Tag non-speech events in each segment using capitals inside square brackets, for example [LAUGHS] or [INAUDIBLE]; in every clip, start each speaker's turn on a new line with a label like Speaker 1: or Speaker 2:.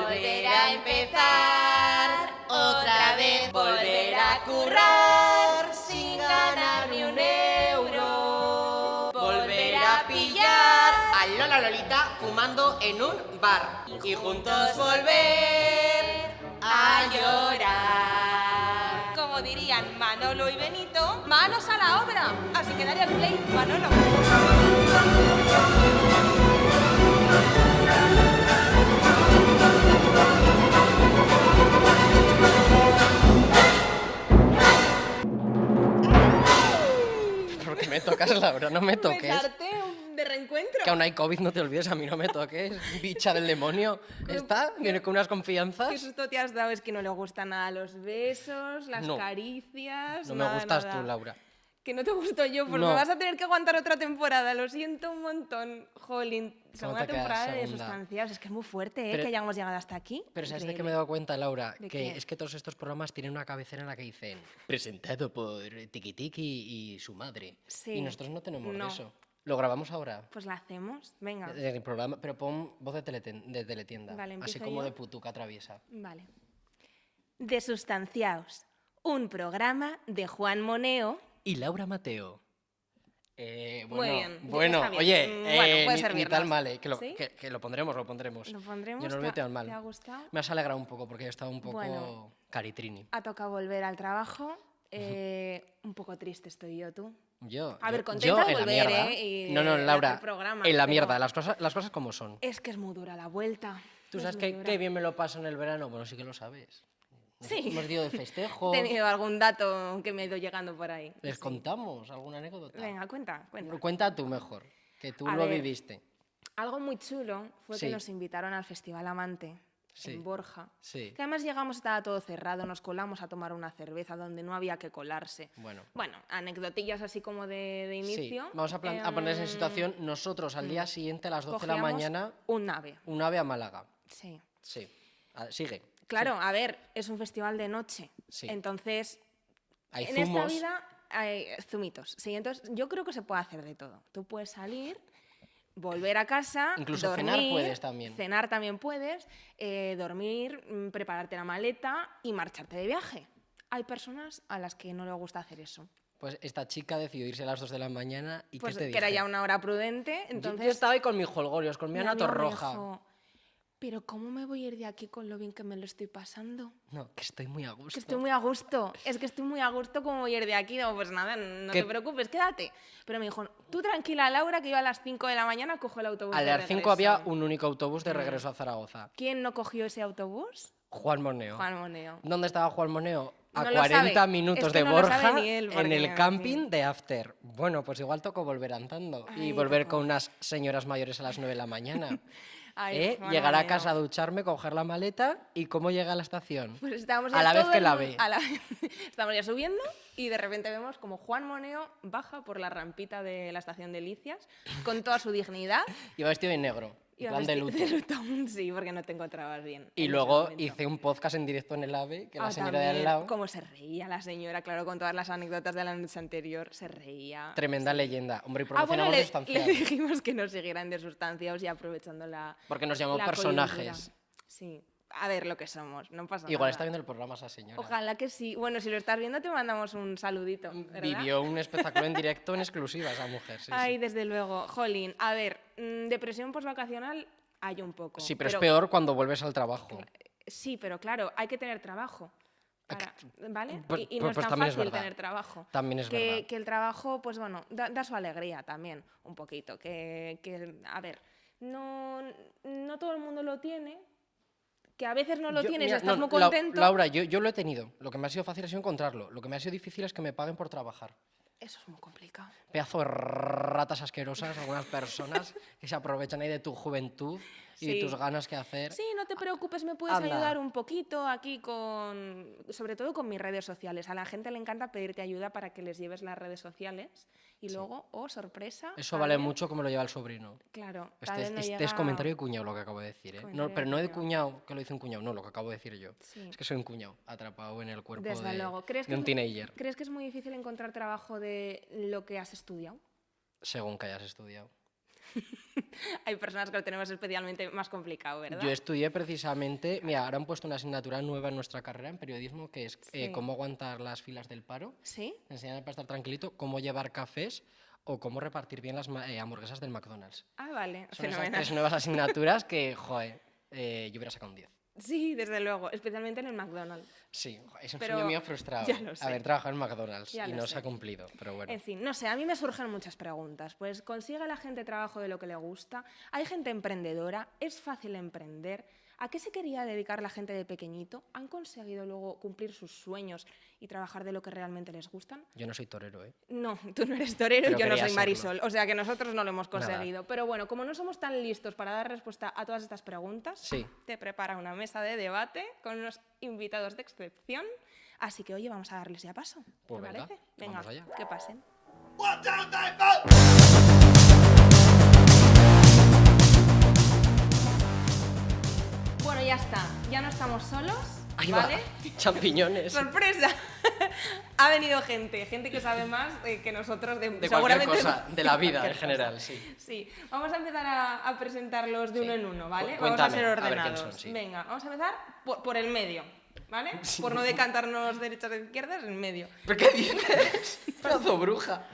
Speaker 1: volver a empezar, otra vez volver a currar sin ganar ni un euro, volver a pillar
Speaker 2: A Lola Lolita fumando en un bar. Y juntos volver
Speaker 1: a llorar.
Speaker 3: Como dirían Manolo y Benito, manos a la obra. Así que dale al play, Manolo.
Speaker 4: Porque me tocas, Laura,
Speaker 1: [LAUGHS]
Speaker 4: no me
Speaker 1: Pues
Speaker 4: toques.
Speaker 3: de reencuentro.
Speaker 4: Que aún hay COVID, no te olvides, a mí no me toques. Bicha
Speaker 1: [LAUGHS]
Speaker 4: del demonio. Está, viene con unas
Speaker 3: Qué
Speaker 4: confianzas.
Speaker 3: susto te has dado, es que no le gustan nada los besos, las
Speaker 4: No.
Speaker 1: Pues
Speaker 3: caricias.
Speaker 4: No me
Speaker 3: nada,
Speaker 4: gustas
Speaker 3: nada.
Speaker 4: tú, Laura.
Speaker 3: Que no te gusto yo, porque
Speaker 4: No.
Speaker 3: vas a tener que aguantar otra temporada. Lo siento un montón. Jolín, segunda
Speaker 4: te queda
Speaker 3: temporada de
Speaker 4: segunda?
Speaker 3: sustancias. Es que es muy fuerte, ¿eh?
Speaker 4: Pero-
Speaker 3: que hayamos llegado hasta aquí.
Speaker 4: Pero ¿sabes de qué
Speaker 3: Increíble.
Speaker 4: me he dado cuenta, Laura?
Speaker 3: ¿De
Speaker 4: Que
Speaker 3: qué?
Speaker 4: es que todos estos programas tienen una cabecera en la que dicen presentado por Tiki Tiki y su madre.
Speaker 3: Sí.
Speaker 4: Y nosotros no tenemos de
Speaker 3: No.
Speaker 4: eso. Lo grabamos ahora.
Speaker 3: Pues la hacemos. Venga.
Speaker 4: En el programa, pero pon voz de, teleten- de teletienda.
Speaker 3: Vale,
Speaker 4: así
Speaker 3: empiezo
Speaker 4: como
Speaker 3: yo.
Speaker 4: de putuca traviesa.
Speaker 3: Vale. De Sustanciaos, un programa de Juan Moneo.
Speaker 4: Y Laura Mateo. Eh, bueno,
Speaker 3: bien, yo creo que
Speaker 4: bueno,
Speaker 3: está bien.
Speaker 4: oye,
Speaker 3: Mm,
Speaker 4: eh,
Speaker 3: bueno, puede
Speaker 4: ni- ni,
Speaker 3: servirnos.
Speaker 4: tan mal, eh, que, lo,
Speaker 3: ¿Sí?
Speaker 4: que, que lo pondremos, lo pondremos.
Speaker 3: Lo pondremos.
Speaker 4: pues, Yo no lo
Speaker 3: ¿Te
Speaker 4: veo
Speaker 3: ha-
Speaker 4: tan mal.
Speaker 3: ¿Te ha gustado?
Speaker 4: Me has alegrado un poco porque yo estaba un poco
Speaker 3: Bueno.
Speaker 4: caritrini.
Speaker 3: Ha tocado volver al trabajo. eh, un poco triste estoy yo, tú.
Speaker 4: Yo,
Speaker 3: A ver,
Speaker 4: yo-
Speaker 3: contenta
Speaker 4: yo en
Speaker 3: de
Speaker 4: la
Speaker 3: volver,
Speaker 4: mierda.
Speaker 3: ¿eh? Y
Speaker 4: no, no,
Speaker 3: de
Speaker 4: Laura,
Speaker 3: hacer programas,
Speaker 4: en la
Speaker 3: pero-
Speaker 4: mierda, las cosas, las cosas como son.
Speaker 3: Es que es muy dura la vuelta.
Speaker 4: ¿Tú
Speaker 3: es
Speaker 4: sabes que,
Speaker 3: muy dura.
Speaker 4: qué bien me lo paso en el verano? Bueno, sí que lo sabes. Nos-
Speaker 3: Sí.
Speaker 4: Hemos
Speaker 3: [LAUGHS]
Speaker 4: ido de festejo,
Speaker 3: He tenido algún dato que me ha ido llegando por ahí.
Speaker 4: les contamos alguna anécdota.
Speaker 3: Venga, cuenta, cuenta.
Speaker 4: Cuenta tú mejor, que tú
Speaker 3: A
Speaker 4: lo
Speaker 3: ver.
Speaker 4: viviste.
Speaker 3: Algo muy chulo fue que
Speaker 4: Sí.
Speaker 3: nos invitaron al Festival Amante
Speaker 4: Sí.
Speaker 3: en Borja.
Speaker 4: Sí.
Speaker 3: Que además llegamos, estaba todo cerrado, nos colamos a tomar una cerveza donde no había que colarse.
Speaker 4: Bueno.
Speaker 3: Bueno, anecdotillas así como de, de
Speaker 4: Sí,
Speaker 3: inicio.
Speaker 4: vamos a, plan- a ponerse en
Speaker 3: Em, mm.
Speaker 4: situación. Nosotros al día siguiente, a las 12 de la
Speaker 3: cogíamos
Speaker 4: mañana,
Speaker 3: Un ave,
Speaker 4: un ave a Málaga.
Speaker 3: sí.
Speaker 4: Sí. A- sigue.
Speaker 3: Claro, a ver, es un festival de noche.
Speaker 4: Sí.
Speaker 3: Entonces,
Speaker 4: Hay
Speaker 3: en
Speaker 4: zumos.
Speaker 3: esta vida hay zumitos. Sí, entonces yo creo que se puede hacer de todo. Tú puedes salir, volver a casa,
Speaker 4: Incluso
Speaker 3: dormir,
Speaker 4: cenar puedes también.
Speaker 3: Cenar también puedes, eh, dormir, mm, prepararte la maleta y marcharte de viaje. Hay personas a las que no les gusta hacer eso.
Speaker 4: Pues esta chica decidió irse a las 2 de la mañana y
Speaker 3: pues
Speaker 4: ¿qué te
Speaker 3: que era
Speaker 4: dije?
Speaker 3: ya una hora prudente,
Speaker 4: Yo-
Speaker 3: entonces
Speaker 4: Yo estaba ahí con mis jolgorios, con mi
Speaker 3: mi
Speaker 4: Ana
Speaker 3: amigo me
Speaker 4: Torroja.
Speaker 3: dijo, Pero ¿cómo me voy a ir de aquí con lo bien que me lo estoy pasando?
Speaker 4: No, que estoy muy a
Speaker 3: Que
Speaker 4: gusto.
Speaker 3: estoy muy a gusto. Es que estoy muy a gusto como voy a ir de aquí. Digo, pues nada, no
Speaker 4: Que-
Speaker 3: te preocupes, quédate. Pero me dijo, tú tranquila, Laura, que yo a las 5 de la mañana cojo el autobús.
Speaker 4: A
Speaker 3: de
Speaker 4: las 5 había
Speaker 3: regreso". Mm.
Speaker 4: un único autobús de regreso a Zaragoza.
Speaker 3: ¿Quién no cogió ese autobús?
Speaker 4: Juan Moneo.
Speaker 3: Juan Moneo.
Speaker 4: ¿Dónde estaba Juan Moneo? A
Speaker 3: No lo
Speaker 4: 40
Speaker 3: sabe.
Speaker 4: minutos
Speaker 3: Es que
Speaker 4: de
Speaker 3: no lo sabe
Speaker 4: Borja
Speaker 3: ni él,
Speaker 4: en
Speaker 3: porque,
Speaker 4: el
Speaker 3: sí.
Speaker 4: camping de After. Bueno, pues igual tocó volver andando y
Speaker 3: Ay,
Speaker 4: volver
Speaker 3: tocó.
Speaker 4: con unas señoras mayores a las 9 de la mañana.
Speaker 3: [LAUGHS] Ay,
Speaker 4: ¿eh?
Speaker 3: Juan
Speaker 4: Llegar a
Speaker 3: Moneo.
Speaker 4: casa, ducharme, coger la maleta y cómo llega a la estación.
Speaker 3: Pues estábamos
Speaker 4: a
Speaker 3: ya
Speaker 4: la vez
Speaker 3: todo
Speaker 4: que
Speaker 3: el
Speaker 4: la
Speaker 3: mu-
Speaker 4: ve.
Speaker 3: a la- [LAUGHS] Estábamos ya subiendo y de repente vemos como Juan Moneo baja por la rampita de la estación de Licias con toda su dignidad.
Speaker 4: Iba vestido de negro, en
Speaker 3: Iba
Speaker 4: plan de
Speaker 3: [LAUGHS]
Speaker 4: luto.
Speaker 3: vesti- aún sí, porque no te encontrabas bien. en
Speaker 4: Y
Speaker 3: ese
Speaker 4: luego
Speaker 3: momento.
Speaker 4: hice un podcast en directo en el AVE, que la
Speaker 3: Ah,
Speaker 4: señora de al
Speaker 3: también,
Speaker 4: lado,
Speaker 3: Cómo se reía la señora, claro, con todas las anécdotas de la noche anterior, se reía.
Speaker 4: tremenda leyenda. Hombre, y
Speaker 3: Ah, bueno,
Speaker 4: promocionamos
Speaker 3: le,
Speaker 4: sustancias.
Speaker 3: le [LAUGHS] dijimos que nos siguieran de sustancias y aprovechando la.
Speaker 4: Porque nos llamó
Speaker 3: la
Speaker 4: personajes.
Speaker 3: coyuntura. Sí, a ver lo que somos, no pasa
Speaker 4: Igual
Speaker 3: nada.
Speaker 4: está viendo el programa esa señora.
Speaker 3: Ojalá que sí. Bueno, si lo estás viendo, te mandamos un saludito. ¿verdad?
Speaker 4: Vivió un espectáculo en directo en exclusiva esa mujer. Sí, sí.
Speaker 3: Ay, desde luego. Jolín, a ver, mm, depresión postvacacional hay un poco.
Speaker 4: Sí, pero, es peor cuando vuelves al trabajo.
Speaker 3: Sí, pero claro, hay que tener trabajo.
Speaker 4: Ah,
Speaker 3: para- ¿Vale?
Speaker 4: pues-
Speaker 3: y, y no
Speaker 4: pues-
Speaker 3: es
Speaker 4: pues
Speaker 3: tan
Speaker 4: también es
Speaker 3: fácil
Speaker 4: verdad.
Speaker 3: tener trabajo.
Speaker 4: También es
Speaker 3: que,
Speaker 4: verdad.
Speaker 3: que el trabajo, pues bueno, da, da su alegría también, un poquito. Que, que, a ver, no, no todo el mundo lo tiene, que a veces no lo
Speaker 4: Yo-
Speaker 3: tienes,
Speaker 4: mira,
Speaker 3: estás
Speaker 4: no,
Speaker 3: muy
Speaker 4: Lau-
Speaker 3: contento.
Speaker 4: Laura, yo, yo lo he tenido. Lo que me ha sido fácil ha sido encontrarlo. Lo que me ha sido difícil es que me paguen por trabajar.
Speaker 3: Eso es muy complicado.
Speaker 4: Pedazo de ratas asquerosas, algunas
Speaker 3: [LAUGHS]
Speaker 4: personas que se aprovechan ahí de tu juventud y de
Speaker 3: Sí.
Speaker 4: tus ganas que hacer.
Speaker 3: Sí, no te preocupes, me puedes
Speaker 4: Anda.
Speaker 3: ayudar un poquito aquí con, sobre todo con mis redes sociales. A la gente le encanta pedirte ayuda para que les lleves las redes sociales y luego, oh, sorpresa.
Speaker 4: Eso vale
Speaker 3: también-
Speaker 4: mucho como lo lleva el sobrino.
Speaker 3: Claro, tal
Speaker 4: Este, es-
Speaker 3: vez no
Speaker 4: este es
Speaker 3: llega-
Speaker 4: comentario de cuñado lo que acabo de decir. ¿eh? No,
Speaker 3: Comentario
Speaker 4: pero
Speaker 3: de
Speaker 4: no de
Speaker 3: cuñado.
Speaker 4: cuñado, que lo dice un cuñado, no, lo que acabo de decir yo.
Speaker 3: Sí.
Speaker 4: Es que soy un cuñado atrapado en el cuerpo
Speaker 3: Desde
Speaker 4: de,
Speaker 3: luego. ¿Crees
Speaker 4: de
Speaker 3: que
Speaker 4: un
Speaker 3: es-
Speaker 4: teenager,
Speaker 3: ¿Crees que es muy difícil encontrar trabajo de lo que has estudiado?
Speaker 4: según que hayas estudiado.
Speaker 3: [LAUGHS] Hay personas que lo tenemos especialmente más complicado, ¿verdad?
Speaker 4: Yo estudié precisamente, mira, ahora han puesto una asignatura nueva en nuestra carrera en periodismo que es eh,
Speaker 3: Sí.
Speaker 4: cómo aguantar las filas del paro,
Speaker 3: ¿Sí?
Speaker 4: te enseñan para estar tranquilito, cómo llevar cafés o cómo repartir bien las ma- eh, hamburguesas del McDonald's.
Speaker 3: Ah, vale,
Speaker 4: Son esas
Speaker 3: fenomenal.
Speaker 4: tres nuevas asignaturas que, joder, eh, yo hubiera sacado un 10.
Speaker 3: [LAUGHS] Sí, desde luego, especialmente en el McDonald's.
Speaker 4: Sí, jo, es un
Speaker 3: Pero
Speaker 4: sueño mío frustrado.
Speaker 3: ya lo sé.
Speaker 4: Haber trabajado en McDonald's
Speaker 3: Ya
Speaker 4: y
Speaker 3: lo
Speaker 4: no se
Speaker 3: sé.
Speaker 4: ha cumplido, pero bueno.
Speaker 3: En fin, no sé, a mí me surgen muchas preguntas. Pues consigue la gente trabajo de lo que le gusta, hay gente emprendedora, es fácil emprender. ¿A qué se quería dedicar la gente de pequeñito? ¿Han conseguido luego cumplir sus sueños y trabajar de lo que realmente les gustan?
Speaker 4: Yo no soy torero, ¿eh?
Speaker 3: No, [LAUGHS] tú no eres torero
Speaker 4: Pero
Speaker 3: y yo no
Speaker 4: quería
Speaker 3: soy
Speaker 4: serlo.
Speaker 3: Marisol, o sea que nosotros no lo hemos
Speaker 4: Nada.
Speaker 3: conseguido. Pero bueno, como no somos tan listos para dar respuesta a todas estas preguntas,
Speaker 4: Sí.
Speaker 3: te prepara una mesa de debate con unos invitados de excepción. Así que, oye, vamos a darles ya paso.
Speaker 4: Pues
Speaker 3: ¿Te
Speaker 4: venga,
Speaker 3: parece? Venga,
Speaker 4: vamos allá.
Speaker 3: que pasen. Bueno, ya está. Ya no estamos solos,
Speaker 4: Ahí va,
Speaker 3: ¿vale?
Speaker 4: [LAUGHS] champiñones.
Speaker 3: ¡Sorpresa! [LAUGHS] ha venido gente, gente que sabe más eh, que nosotros de,
Speaker 4: De cualquier
Speaker 3: seguramente [LAUGHS]
Speaker 4: cosa, de la vida en
Speaker 3: cualquier
Speaker 4: general,
Speaker 3: cosa.
Speaker 4: sí.
Speaker 3: Sí, vamos a empezar a, a presentarlos de
Speaker 4: Sí.
Speaker 3: uno en uno, ¿vale?
Speaker 4: Cu-
Speaker 3: vamos a
Speaker 4: cuéntame,
Speaker 3: ser
Speaker 4: a ver quién
Speaker 3: ordenados.
Speaker 4: son, sí.
Speaker 3: Venga, vamos a empezar por, por el medio,
Speaker 4: [LAUGHS]
Speaker 3: ¿vale? Por no decantarnos derechas e izquierdas, en medio.
Speaker 4: ¿Pero qué dices? Plazo bruja.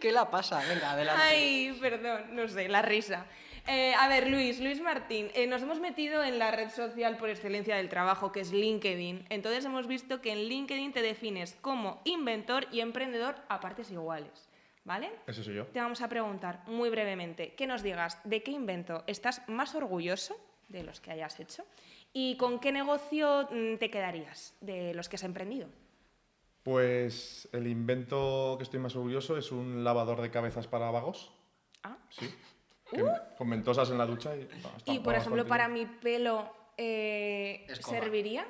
Speaker 4: ¿Qué la pasa? Venga, adelante.
Speaker 3: Ay, perdón, no sé, la risa. Eh, a ver, Luis, Luis Martín, eh, nos hemos metido en la red social por excelencia del trabajo, que es LinkedIn. Entonces hemos visto que en LinkedIn te defines como inventor y emprendedor a partes iguales, ¿vale?
Speaker 5: Eso soy yo.
Speaker 3: Te vamos a preguntar muy brevemente que nos digas de qué invento estás más orgulloso de los que hayas hecho y con qué negocio mm, te quedarías de los que has emprendido.
Speaker 5: Pues el invento que estoy más orgulloso es un lavador de cabezas para vagos.
Speaker 3: Ah. Uh.
Speaker 5: Sí. Que- Con ventosas en la ducha y... va, está-
Speaker 3: Y por
Speaker 5: va
Speaker 3: ejemplo,
Speaker 5: bastante
Speaker 3: para
Speaker 5: bien.
Speaker 3: mi pelo, eh,
Speaker 4: Escoba.
Speaker 3: ¿serviría?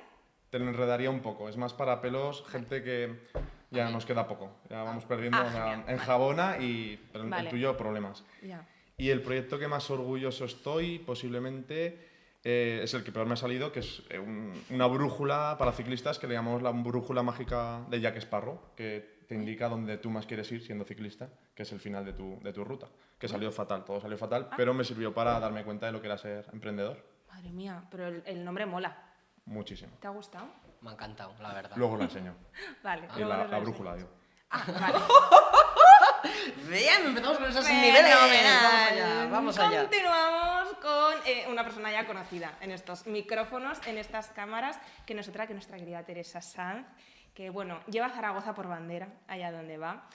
Speaker 5: Te lo enredaría un poco. Es más para pelos, gente que ya nos queda poco. Ya vamos perdiendo
Speaker 3: Ah,
Speaker 5: o sea,
Speaker 3: genial,
Speaker 5: en jabona y... Pero el-
Speaker 3: Vale.
Speaker 5: el tuyo, problemas.
Speaker 3: Ya.
Speaker 5: Y el proyecto que más orgulloso estoy, posiblemente, eh, es el que peor me ha salido, que es eh, un- una brújula para ciclistas que le llamamos la brújula mágica de Jack Sparrow, que te indica dónde tú más quieres ir siendo ciclista, que es el final de tu, de tu ruta. Que salió fatal, todo salió
Speaker 3: Ah.
Speaker 5: fatal, pero me sirvió para darme cuenta de lo que era ser emprendedor.
Speaker 3: Madre mía, pero el, el nombre mola.
Speaker 5: Muchísimo.
Speaker 3: ¿Te ha gustado?
Speaker 4: Me ha encantado, la verdad.
Speaker 5: Luego lo enseño.
Speaker 3: Ah, Vale.
Speaker 5: Y
Speaker 3: luego
Speaker 5: la,
Speaker 3: nos
Speaker 5: la
Speaker 3: lo
Speaker 5: brújula,
Speaker 3: enseñas.
Speaker 5: digo.
Speaker 3: Ah, vale.
Speaker 4: Vean, empezamos con esos niveles. Vamos allá,
Speaker 3: Fenomenal.
Speaker 4: vamos allá.
Speaker 3: Continuamos con eh, una persona ya conocida en estos micrófonos, en estas cámaras, que no es otra que nuestra querida Teresa Sanz, que bueno, lleva Zaragoza por bandera, allá donde va,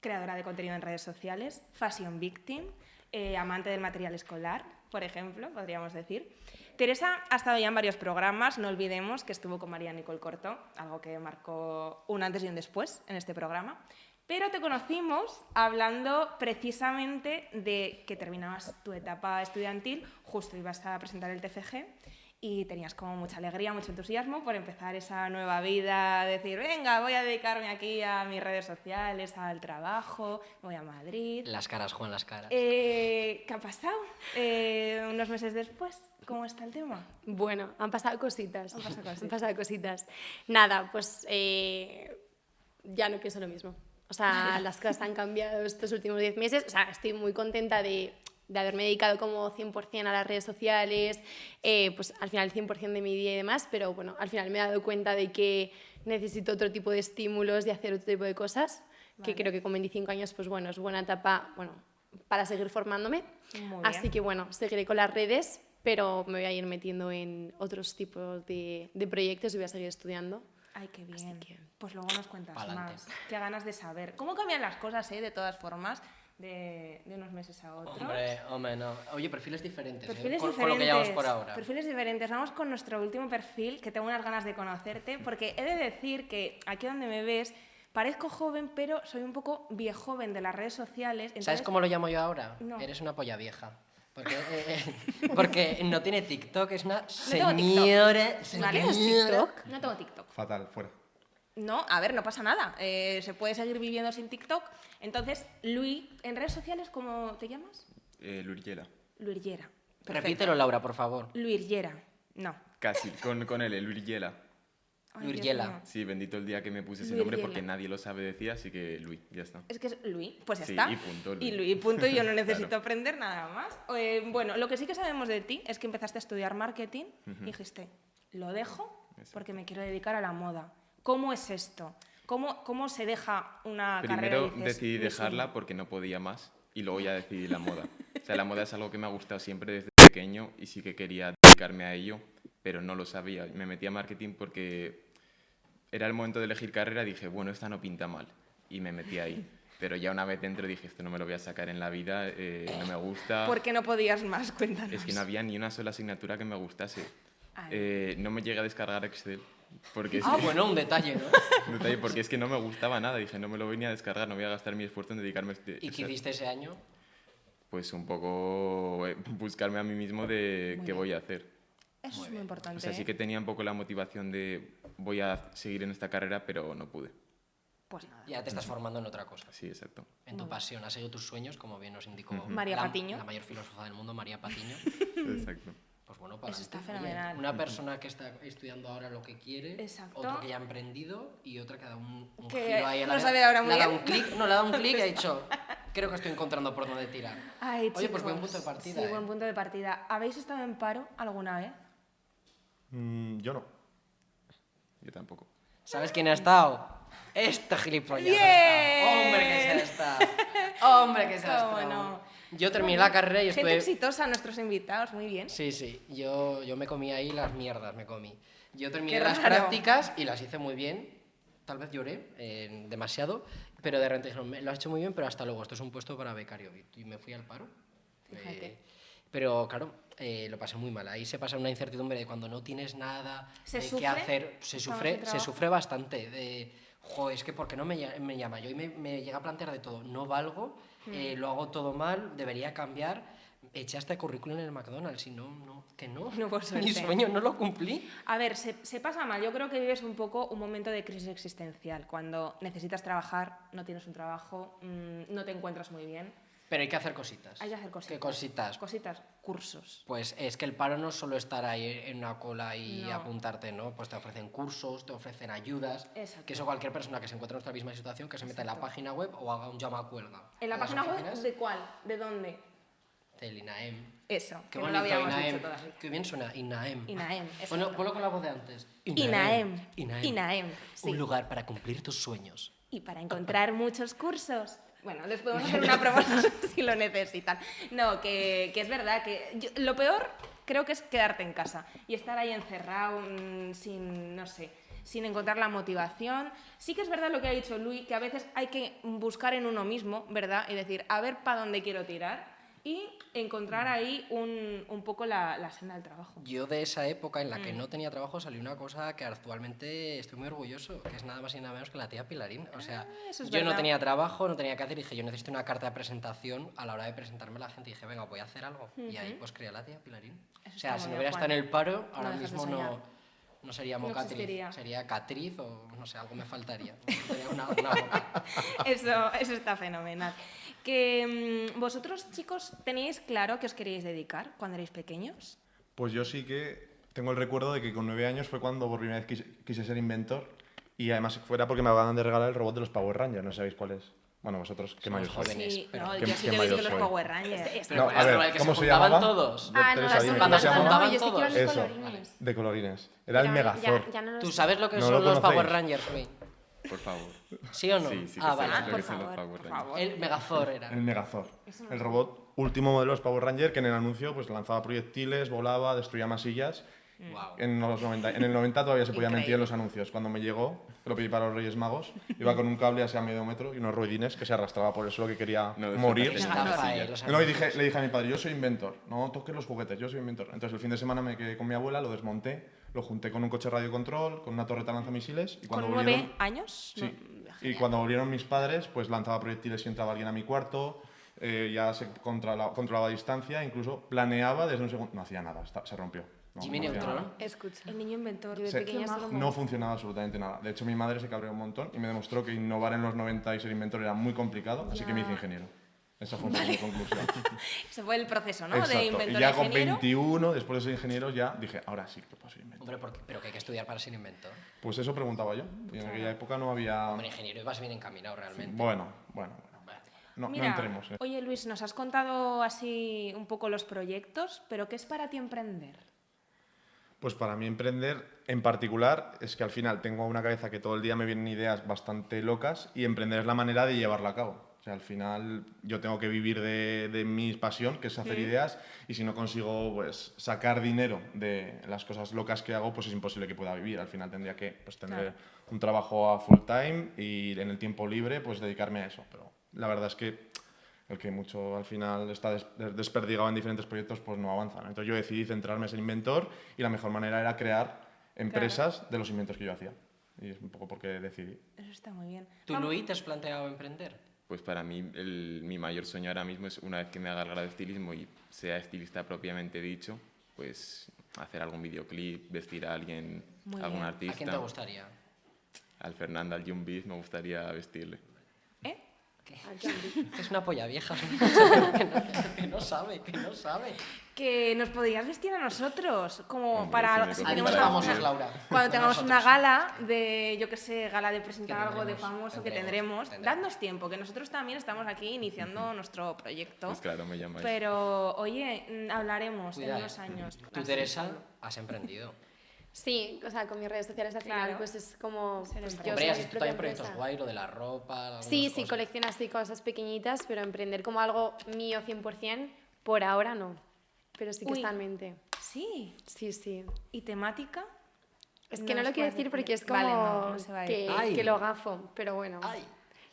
Speaker 3: creadora de contenido en redes sociales, fashion victim, eh, amante del material escolar, por ejemplo, podríamos decir. Teresa ha estado ya en varios programas, no olvidemos que estuvo con María Nicole Cortó, algo que marcó un antes y un después en este programa. Pero te conocimos hablando precisamente de que terminabas tu etapa estudiantil, justo ibas a presentar el TFG y tenías como mucha alegría, mucho entusiasmo por empezar esa nueva vida, decir, venga, voy a dedicarme aquí a mis redes sociales, al trabajo, voy a Madrid.
Speaker 4: Las caras, Juan, las caras.
Speaker 3: Eh, ¿Qué ha pasado? Eh, unos meses después, ¿cómo está el tema?
Speaker 6: Bueno, han pasado cositas.
Speaker 3: Han pasado
Speaker 6: [LAUGHS]
Speaker 3: cositas.
Speaker 6: cositas. Nada, pues eh, ya no pienso lo mismo.
Speaker 3: [LAUGHS]
Speaker 6: O sea, las cosas han cambiado estos últimos 10 meses. O sea, estoy muy contenta de, de haberme dedicado como 100% a las redes sociales, eh, pues al final 100% de mi día y demás, pero bueno, al final me he dado cuenta de que necesito otro tipo de estímulos, de hacer otro tipo de cosas,
Speaker 3: Vale.
Speaker 6: que creo que con 25 años, pues bueno, es buena etapa, bueno, para seguir formándome.
Speaker 3: Muy
Speaker 6: Así
Speaker 3: bien.
Speaker 6: que bueno, seguiré con las redes, pero me voy a ir metiendo en otros tipos de, de proyectos y voy a seguir estudiando.
Speaker 3: Ay, qué bien.
Speaker 6: que-
Speaker 3: Pues luego nos cuentas
Speaker 4: Pa'lante.
Speaker 3: más. Qué ganas de saber. ¿Cómo cambian las cosas, eh? De todas formas, de, de unos meses a otros.
Speaker 4: Hombre, hombre, no. Oye, perfiles diferentes. ¿eh?
Speaker 3: Perfiles
Speaker 4: con,
Speaker 3: diferentes.
Speaker 4: con lo que llevamos por ahora.
Speaker 3: Perfiles diferentes. Vamos con nuestro último perfil, que tengo unas ganas de conocerte, porque he de decir que aquí donde me ves, parezco joven, pero soy un poco viejoven de las redes sociales.
Speaker 4: ¿Sabes
Speaker 3: entonces-
Speaker 4: cómo lo llamo yo ahora?
Speaker 3: No.
Speaker 4: Eres una polla vieja. Porque, eh, [LAUGHS] eh, porque no tiene TikTok, es una
Speaker 3: tengo
Speaker 4: señora.
Speaker 3: TikTok.
Speaker 4: señora.
Speaker 3: ¿Vale?
Speaker 6: TikTok?
Speaker 3: No tengo TikTok.
Speaker 5: Fatal, fuera.
Speaker 3: No, a ver, no pasa nada. Eh, se puede seguir viviendo sin TikTok. Entonces, Luis, ¿en redes sociales cómo te llamas?
Speaker 7: Eh, Luriela.
Speaker 3: Luirguera.
Speaker 4: Repítelo, Laura, por favor.
Speaker 3: Luirguera. No.
Speaker 7: Casi, con, con L, Luriela.
Speaker 3: Ay, Dios
Speaker 4: Luriela.
Speaker 3: mío.
Speaker 7: eh, Sí, bendito el día que me puse ese
Speaker 6: Luis
Speaker 7: nombre
Speaker 6: Viela.
Speaker 7: porque nadie lo sabe decir, así que Luis, ya está.
Speaker 3: Es que es Luis, pues ya
Speaker 7: Sí,
Speaker 3: está.
Speaker 7: y punto, Luis.
Speaker 3: Y punto, y yo
Speaker 7: [LAUGHS]
Speaker 3: no necesito
Speaker 7: Claro.
Speaker 3: aprender nada más. Eh, bueno, lo que sí que sabemos de ti es que empezaste a estudiar marketing y dijiste, lo dejo porque me quiero dedicar a la moda. ¿Cómo es esto? ¿Cómo, cómo se deja una carrera? y
Speaker 7: Primero
Speaker 3: dices,
Speaker 7: decidí
Speaker 3: "Me sumo"?
Speaker 7: dejarla porque no podía más y luego ya decidí la moda. O sea, la moda es algo que me ha gustado siempre desde pequeño y sí que quería dedicarme a ello, pero no lo sabía. Me metí a marketing porque era el momento de elegir carrera, dije, bueno, esta no pinta mal y me metí ahí. Pero ya una vez dentro dije, esto no me lo voy a sacar en la vida, eh, no me gusta.
Speaker 3: ¿Por qué no podías más? Cuéntanos.
Speaker 7: Es que no había ni una sola asignatura que me gustase.
Speaker 3: Ay.
Speaker 7: Eh, no me llegué a descargar Excel. Porque es
Speaker 4: Ah,
Speaker 7: que-
Speaker 4: bueno, un detalle, ¿no?
Speaker 7: Detalle, porque es que no me gustaba nada. Dije, no me lo voy ni a descargar, no voy a gastar mi esfuerzo en dedicarme a este.
Speaker 4: ¿Y qué
Speaker 7: o sea,
Speaker 4: hiciste ese año?
Speaker 7: Pues un poco eh, buscarme a mí mismo de qué voy a hacer.
Speaker 3: Eso es muy importante.
Speaker 7: O sea, sí
Speaker 3: ¿eh?
Speaker 7: que tenía un poco la motivación de voy a seguir en esta carrera, pero no pude.
Speaker 3: Pues nada.
Speaker 4: Ya te estás formando en otra cosa.
Speaker 7: Sí, exacto.
Speaker 4: En tu pasión, has seguido tus sueños, como bien nos indicó
Speaker 3: Mm. María
Speaker 4: la-
Speaker 3: Patiño.
Speaker 4: la mayor filósofa del mundo, María
Speaker 3: [LAUGHS]
Speaker 4: Patiño.
Speaker 7: Exacto.
Speaker 4: Pues bueno, para
Speaker 3: Eso está
Speaker 4: adelante. Oye,
Speaker 3: fenomenal.
Speaker 4: Una persona que está estudiando ahora lo que quiere,
Speaker 3: Exacto.
Speaker 4: otro que ya ha emprendido y otra que ha dado un, un
Speaker 3: Que
Speaker 4: giro ahí a la
Speaker 3: no
Speaker 4: vez.
Speaker 3: sabe ahora muy
Speaker 4: Le ha dado
Speaker 3: bien.
Speaker 4: un clic, no, le ha dado un clic y ha
Speaker 3: [LAUGHS]
Speaker 4: dicho, creo que estoy encontrando por dónde tirar.
Speaker 3: Ay,
Speaker 4: Oye, pues buen
Speaker 3: chicos,
Speaker 4: punto de partida.
Speaker 3: Sí,
Speaker 4: ¿eh?
Speaker 3: buen punto de partida. ¿Habéis estado en paro alguna vez?
Speaker 5: Mm, yo no.
Speaker 7: Yo tampoco.
Speaker 4: ¿Sabes quién ha estado? Este gilipollas. ha estado.
Speaker 3: Bien.
Speaker 4: Hombre que se ha estado. Hombre que se ha
Speaker 3: ¿Cómo
Speaker 4: estado.
Speaker 3: no?
Speaker 4: Yo terminé la carrera y
Speaker 3: Gente
Speaker 4: estuve
Speaker 3: exitosa, nuestros invitados, muy bien.
Speaker 4: Sí, sí, yo, yo me comí ahí las mierdas, me comí. Yo terminé
Speaker 3: Qué
Speaker 4: las
Speaker 3: raro.
Speaker 4: prácticas y las hice muy bien, tal vez lloré eh, demasiado, pero de repente dijeron, "Me- lo has hecho muy bien, pero hasta luego, esto es un puesto para becario. Y- Y me fui al paro.
Speaker 3: Fíjate.
Speaker 4: Eh, pero claro, eh, lo pasé muy mal. Ahí se pasa una incertidumbre de cuando no tienes nada,
Speaker 3: ¿Se
Speaker 4: de
Speaker 3: sufre
Speaker 4: qué hacer. Se
Speaker 3: estando
Speaker 4: sufre,
Speaker 3: sin
Speaker 4: se
Speaker 3: trabajo?
Speaker 4: sufre bastante. De, jo, es que ¿por qué no me, lla- me llama? Yo y me, me llega a plantear de todo. No valgo,
Speaker 3: Mm.
Speaker 4: eh, lo hago todo mal, debería cambiar. Eché hasta currículum en el McDonald's y no, no, que no.
Speaker 3: No hubo
Speaker 4: [LAUGHS] Mi
Speaker 3: suerte.
Speaker 4: sueño no lo cumplí.
Speaker 3: A ver, se, se pasa mal. Yo creo que vives un poco un momento de crisis existencial, cuando necesitas trabajar, no tienes un trabajo, mm, no te encuentras muy bien.
Speaker 4: Pero hay que hacer cositas.
Speaker 3: Hay que hacer cositas.
Speaker 4: ¿Qué cositas?
Speaker 3: Cositas, cursos.
Speaker 4: Pues es que el paro no es solo estar ahí en una cola y
Speaker 3: No.
Speaker 4: apuntarte, ¿no? Pues te ofrecen cursos, te ofrecen ayudas.
Speaker 3: Exacto.
Speaker 4: Que eso cualquier persona que se encuentre en nuestra misma situación, que se meta en la página web o haga un llama a cuelga.
Speaker 3: ¿En la
Speaker 4: las
Speaker 3: página web
Speaker 4: oficinas
Speaker 3: de cuál? ¿De dónde?
Speaker 4: Del INAEM.
Speaker 3: Eso,
Speaker 4: Qué
Speaker 3: que no
Speaker 4: bonito,
Speaker 3: lo habíamos
Speaker 4: INAEM.
Speaker 3: dicho todavía.
Speaker 4: Qué bien suena, INAEM.
Speaker 3: INAEM,
Speaker 4: Bueno,
Speaker 3: exacto.
Speaker 4: ponlo con la voz de antes.
Speaker 3: INAEM.
Speaker 4: INAEM.
Speaker 3: INAEM, sí.
Speaker 4: Un lugar para cumplir tus sueños.
Speaker 3: Y para encontrar muchos cursos. Bueno, les podemos hacer una promoción [LAUGHS] si lo necesitan. No, que, que es verdad que yo- lo peor creo que es quedarte en casa y estar ahí encerrado mm, sin, no sé, sin encontrar la motivación. Sí que es verdad lo que ha dicho Luis, que a veces hay que buscar en uno mismo, ¿verdad? Y decir, a ver para dónde quiero tirar y encontrar ahí un, un poco la, la senda del trabajo.
Speaker 4: Yo de esa época en la
Speaker 3: Mm.
Speaker 4: que no tenía trabajo salió una cosa que actualmente estoy muy orgulloso, que es nada más y nada menos que la tía Pilarín. O sea,
Speaker 3: Ah, eso
Speaker 4: yo
Speaker 3: es
Speaker 4: no
Speaker 3: verdad.
Speaker 4: tenía trabajo, no tenía que hacer, y dije, yo necesito una carta de presentación a la hora de presentarme a la gente. Y dije, venga, voy a hacer algo. Y ahí pues creé a la tía Pilarín.
Speaker 3: Eso
Speaker 4: o sea, si
Speaker 3: está muy
Speaker 4: no
Speaker 3: bien,
Speaker 4: hubiera estado en
Speaker 3: Juan.
Speaker 4: el paro,
Speaker 3: No
Speaker 4: ahora
Speaker 3: dejas de
Speaker 4: mismo no,
Speaker 3: soñar.
Speaker 4: no seríamos
Speaker 3: No
Speaker 4: catriz.
Speaker 3: existiría.
Speaker 4: Sería catriz o no sé, algo me
Speaker 3: [LAUGHS]
Speaker 4: faltaría. Sería una- una boca.
Speaker 3: Eso, eso está fenomenal. Que mm, vosotros, chicos, teníais claro que os queríais dedicar cuando erais pequeños.
Speaker 5: Pues yo sí que tengo el recuerdo de que con nueve años fue cuando por primera vez quise, quise ser inventor y además fuera porque me acaban de regalar el robot de los Power Rangers, no sabéis cuál es. Bueno, vosotros, qué
Speaker 4: Somos
Speaker 5: mayor sois.
Speaker 4: jóvenes.
Speaker 3: Sí,
Speaker 4: pero
Speaker 3: no,
Speaker 5: qué-
Speaker 3: yo sí
Speaker 5: qué
Speaker 3: que vi que
Speaker 5: mayor
Speaker 3: los
Speaker 5: soy.
Speaker 3: Power Rangers.
Speaker 4: Pero
Speaker 5: No,
Speaker 4: bueno,
Speaker 5: a ver,
Speaker 4: el que
Speaker 5: ¿cómo
Speaker 4: se
Speaker 5: se llamaba?
Speaker 4: juntaban todos.
Speaker 5: De
Speaker 6: Ah, no,
Speaker 5: tres
Speaker 6: las
Speaker 5: a diez,
Speaker 4: cuando
Speaker 5: ¿cómo se
Speaker 4: se
Speaker 5: llamaba?
Speaker 4: juntaban
Speaker 6: no, yo sí quiero los
Speaker 5: Eso.
Speaker 6: colorines.
Speaker 5: De colorines. Era el Megazord.
Speaker 6: Ya, ya no los-
Speaker 4: ¿Tú sabes lo que
Speaker 5: No
Speaker 4: son
Speaker 5: lo
Speaker 4: los
Speaker 5: conocéis.
Speaker 4: Power Rangers, Rui?
Speaker 7: Por favor.
Speaker 4: ¿Sí o no?
Speaker 7: Sí, sí que
Speaker 4: ah,
Speaker 7: sé
Speaker 4: vale.
Speaker 7: lo que
Speaker 3: por
Speaker 7: son los
Speaker 3: favor,
Speaker 7: Power
Speaker 3: por
Speaker 7: Rangers.
Speaker 3: favor.
Speaker 4: El Megazord era.
Speaker 5: El Megazord. El robot último de los Power Rangers que en el anuncio pues lanzaba proyectiles, volaba, destruía masillas.
Speaker 3: Mm.
Speaker 4: Guau.
Speaker 5: En, los 90, en el 90 todavía se podía mentir
Speaker 3: Increíble.
Speaker 5: en los anuncios. Cuando me llegó, lo pedí para los Reyes Magos, iba con un cable hacia medio metro y unos ruidines que se arrastraba por el suelo que quería
Speaker 7: No,
Speaker 5: morir.
Speaker 7: despertaste.
Speaker 4: Estafa,
Speaker 7: Sí,
Speaker 4: eh,
Speaker 7: ya.
Speaker 4: los
Speaker 5: No, y
Speaker 4: anuncios.
Speaker 5: dije, le dije a mi padre, yo soy inventor, no toques los juguetes, yo soy inventor. Entonces el fin de semana me quedé con mi abuela, lo desmonté, lo junté con un coche radio control, con una torreta lanzamisiles y cuando
Speaker 3: ¿Con nueve
Speaker 5: volvieron-
Speaker 3: años?
Speaker 5: Sí.
Speaker 3: No,
Speaker 5: y cuando volvieron mis padres, pues lanzaba proyectiles si entraba alguien a mi cuarto, eh, ya se controlaba, controlaba distancia, incluso planeaba desde un segundo. No hacía nada, esta- se rompió. No,
Speaker 4: Jimmy
Speaker 5: no hacía
Speaker 4: Neutron.
Speaker 5: nada.
Speaker 6: Escucha.
Speaker 3: El niño inventor.
Speaker 6: Yo de
Speaker 5: Sí.
Speaker 6: pequeña solo me-
Speaker 5: No funcionaba absolutamente nada. De hecho, mi madre se cabreó un montón y me demostró que innovar en los 90 y ser inventor era muy complicado, así que me hice ingeniero. Esa fue un poco mi conclusión.
Speaker 3: Ese fue el proceso, [LAUGHS] ¿no? De
Speaker 5: Exacto. Y
Speaker 3: inventor a
Speaker 5: ya con
Speaker 3: ingeniero.
Speaker 5: 21, después de ser ingeniero, ya dije, ahora sí que puedo ser inventor.
Speaker 4: Hombre, ¿por qué- pero que hay que estudiar para ser inventor.
Speaker 5: Pues eso preguntaba yo. Y en aquella época no había.
Speaker 4: Hombre, ingeniero, ibas bien encaminado realmente.
Speaker 5: Bueno, bueno, bueno.
Speaker 4: Vale.
Speaker 5: No, no
Speaker 3: Mira,
Speaker 5: entremos. eh.
Speaker 3: Oye Luis, nos has contado así un poco los proyectos, pero ¿qué es para ti emprender?
Speaker 5: Pues para mí emprender en particular es que al final tengo una cabeza que todo el día me vienen ideas bastante locas y emprender es la manera de llevarla a cabo. O sea, al final yo tengo que vivir de, de mi pasión, que es hacer ideas, y si no consigo pues, sacar dinero de las cosas locas que hago, pues es imposible que pueda vivir. Al final tendría que pues, tener
Speaker 3: Claro.
Speaker 5: un trabajo a full time y en el tiempo libre pues dedicarme a eso. Pero la verdad es que el que mucho al final está des- des- desperdigado en diferentes proyectos, pues no avanza. ¿no? Entonces yo decidí centrarme en ser inventor y la mejor manera era crear empresas de los inventos que yo hacía. Y es un poco porque decidí.
Speaker 3: Eso está muy bien.
Speaker 4: ¿Tú,
Speaker 3: Vamos-
Speaker 4: Luis, te has planteado emprender?
Speaker 7: Pues para mí, el- mi mayor sueño ahora mismo es una vez que me haga el grado de estilismo y sea estilista propiamente dicho, pues hacer algún videoclip, vestir a alguien,
Speaker 3: Muy
Speaker 7: algún
Speaker 3: bien. ¿A
Speaker 7: artista.
Speaker 4: ¿A quién te gustaría?
Speaker 7: Al Fernando, al Jumbiz, me gustaría vestirle.
Speaker 3: ¿Eh?
Speaker 4: Es una polla vieja.
Speaker 3: [LAUGHS]
Speaker 4: que, no, que no sabe, que no sabe.
Speaker 3: Que nos podrías vestir a nosotros, como
Speaker 7: Hombre, sí,
Speaker 3: para
Speaker 7: me
Speaker 3: si
Speaker 7: parece
Speaker 4: Ahí
Speaker 3: tenemos
Speaker 7: Tenemos
Speaker 4: estamos,
Speaker 7: una-
Speaker 4: es Laura.
Speaker 3: Cuando tengamos
Speaker 4: Nosotros.
Speaker 3: una gala de, yo qué sé, gala de presentar
Speaker 4: Que
Speaker 3: algo de
Speaker 4: tendremos,
Speaker 3: famoso que
Speaker 4: tendremos,
Speaker 3: tendremos,
Speaker 4: tendremos.
Speaker 3: dadnos tiempo, que nosotros también estamos aquí iniciando nuestro proyecto.
Speaker 7: Pues claro, me llamáis.
Speaker 3: Pero, oye, mm, hablaremos
Speaker 4: Cuidado,
Speaker 3: pues en unos
Speaker 4: eh.
Speaker 3: años.
Speaker 4: Tú,
Speaker 3: Así.
Speaker 4: Teresa, has emprendido.
Speaker 6: Sí, o sea, con mis redes sociales al
Speaker 3: Claro.
Speaker 6: final, pues es como.
Speaker 3: Ser
Speaker 6: pues, yo
Speaker 3: emprendedor.
Speaker 6: soy
Speaker 4: Hombre,
Speaker 6: mi
Speaker 4: así tú
Speaker 6: propia
Speaker 4: también proyectos
Speaker 6: empresa.
Speaker 4: guay, lo de la ropa. algunas
Speaker 6: Sí, sí,
Speaker 4: cosas.
Speaker 6: colecciono así cosas pequeñitas, pero emprender como algo mío 100%, por ahora no. Pero sí que
Speaker 3: Uy.
Speaker 6: está en mente.
Speaker 3: Sí,
Speaker 6: Sí, sí.
Speaker 3: y temática.
Speaker 6: Es que
Speaker 3: No
Speaker 6: no,
Speaker 3: nos
Speaker 6: lo quiero
Speaker 3: puedes
Speaker 6: decir porque es
Speaker 3: decir.
Speaker 6: como
Speaker 3: Vale, no, no se va a
Speaker 6: que,
Speaker 4: decir. Ay.
Speaker 6: que lo gafo, pero bueno.
Speaker 4: Ay,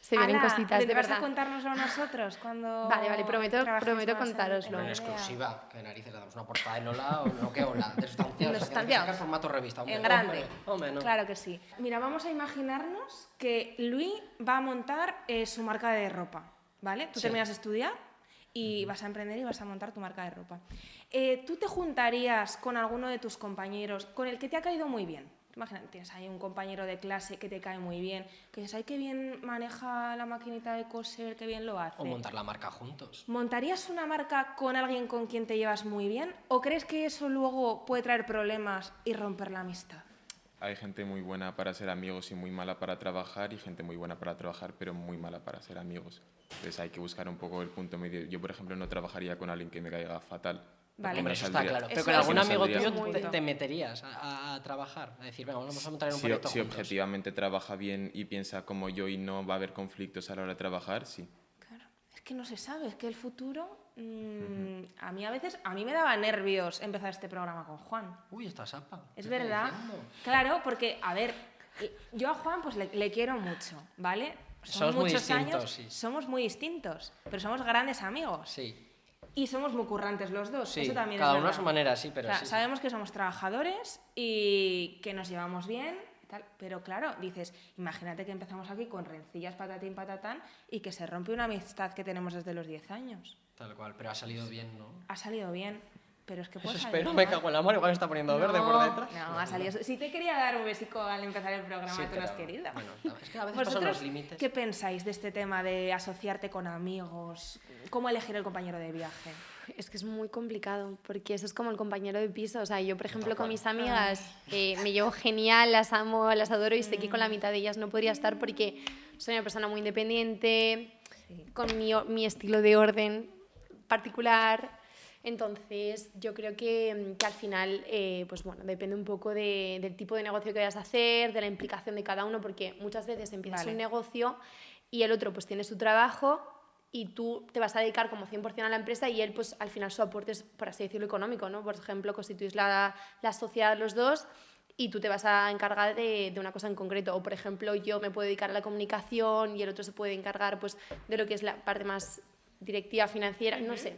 Speaker 6: Se vienen
Speaker 3: Ala,
Speaker 6: cositas, de
Speaker 3: ¿vendrás a
Speaker 6: verdad.
Speaker 3: contárnoslo a nosotros cuando.
Speaker 6: Vale, vale, prometo-
Speaker 3: trabajéis
Speaker 6: prometo
Speaker 3: más en-
Speaker 6: contároslo.
Speaker 4: pero
Speaker 3: en
Speaker 4: en
Speaker 3: la idea?
Speaker 4: exclusiva. Que narices le damos una portada en Lola o no que Ola. De sustancias.
Speaker 3: [LAUGHS]
Speaker 6: De
Speaker 4: o sea, que
Speaker 6: sustancias.
Speaker 4: sacar formato revista. Hombre,
Speaker 3: En grande.
Speaker 4: Hombre, hombre, no.
Speaker 3: Claro que sí. Mira, vamos a imaginarnos que Luis va a montar eh, su marca de ropa, ¿vale? Tú
Speaker 4: Sí.
Speaker 3: terminas de estudiar y vas a emprender y vas a montar tu marca de ropa. Eh, ¿Tú te juntarías con alguno de tus compañeros, con el que te ha caído muy bien? Imagina, tienes ahí un compañero de clase que te cae muy bien, que dices, ay, qué bien maneja la maquinita de coser, qué bien lo hace.
Speaker 4: O montar la marca juntos.
Speaker 3: ¿Montarías una marca con alguien con quien te llevas muy bien? ¿O crees que eso luego puede traer problemas y romper la amistad?
Speaker 7: Hay gente muy buena para ser amigos y muy mala para trabajar, y gente muy buena para trabajar, pero muy mala para ser amigos. Entonces hay que buscar un poco el punto medio. Yo, por ejemplo, no trabajaría con alguien que me caiga fatal.
Speaker 3: Vale.
Speaker 7: porque
Speaker 4: Hombre,
Speaker 7: no
Speaker 4: eso está
Speaker 7: saldría-
Speaker 4: claro. Pero
Speaker 3: Eso
Speaker 4: con
Speaker 3: es
Speaker 4: algún
Speaker 7: no
Speaker 4: amigo
Speaker 7: saldría.
Speaker 4: tuyo
Speaker 6: Muy
Speaker 4: te,
Speaker 6: bien.
Speaker 4: te meterías a, a trabajar. A decir, venga, vamos a montar un
Speaker 7: Si,
Speaker 4: proyecto
Speaker 7: si
Speaker 4: juntos.
Speaker 7: objetivamente trabaja bien y piensa como yo y no va a haber conflictos a la hora de trabajar, sí.
Speaker 3: Claro, es que no se sabe, es que el futuro. mm, A mí a veces, a mí me daba nervios empezar este programa con Juan.
Speaker 4: Uy, está sapa.
Speaker 3: Es
Speaker 4: ¿Qué estoy
Speaker 3: verdad.
Speaker 4: diciendo?
Speaker 3: Claro, porque, a ver, y- yo a Juan pues le, le quiero mucho, ¿vale?
Speaker 4: Somos muy distintos,
Speaker 3: años,
Speaker 4: sí.
Speaker 3: somos muy distintos, pero somos grandes amigos.
Speaker 4: Sí.
Speaker 3: Y somos muy currantes los dos,
Speaker 4: Sí,
Speaker 3: eso también
Speaker 4: cada
Speaker 3: es
Speaker 4: uno a
Speaker 3: verdad.
Speaker 4: su manera, sí, pero
Speaker 3: Claro,
Speaker 4: sí, sí.
Speaker 3: Sabemos que somos trabajadores y que nos llevamos bien, y tal, pero claro, dices, imagínate que empezamos aquí con rencillas, patatín, patatán, y que se rompe una amistad que tenemos desde los 10 años.
Speaker 4: Tal cual, pero ha salido bien, ¿no?
Speaker 3: Ha salido bien, pero es que
Speaker 4: Eso
Speaker 3: puede salir
Speaker 4: espero,
Speaker 3: mal.
Speaker 4: me cago en la mar, igual me está poniendo verde por detrás.
Speaker 3: No, ha salido. Si te quería dar un besico al empezar el programa,
Speaker 4: Sí,
Speaker 3: tú no has
Speaker 4: pero-
Speaker 3: querido.
Speaker 4: bueno, es que a veces pasan
Speaker 3: ¿Vosotros
Speaker 4: los límites.
Speaker 3: ¿Qué pensáis de este tema de asociarte con amigos? ¿Cómo elegir el compañero de viaje?
Speaker 6: Es que es muy complicado, porque eso es como el compañero de piso. O sea, yo, por ejemplo,
Speaker 4: cual.
Speaker 6: con mis amigas eh, me llevo genial, las amo, las adoro y sé que con la mitad de ellas no podría estar porque soy una persona muy independiente, con mi, o- mi estilo de orden particular. Entonces, yo creo que, mm, que al final, eh, pues bueno, depende un poco de- del tipo de negocio que vayas a hacer, de la implicación de cada uno, porque muchas veces empiezas
Speaker 3: Vale.
Speaker 6: un negocio y el otro pues tiene su trabajo y tú te vas a dedicar como 100% a la empresa y él pues al final su aporte es, por así decirlo, económico, ¿no? Por ejemplo, constituís la, la sociedad los dos y tú te vas a encargar de, de una cosa en concreto. O por ejemplo, yo me puedo dedicar a la comunicación y el otro se puede encargar pues de lo que es la parte más directiva, financiera, no sé.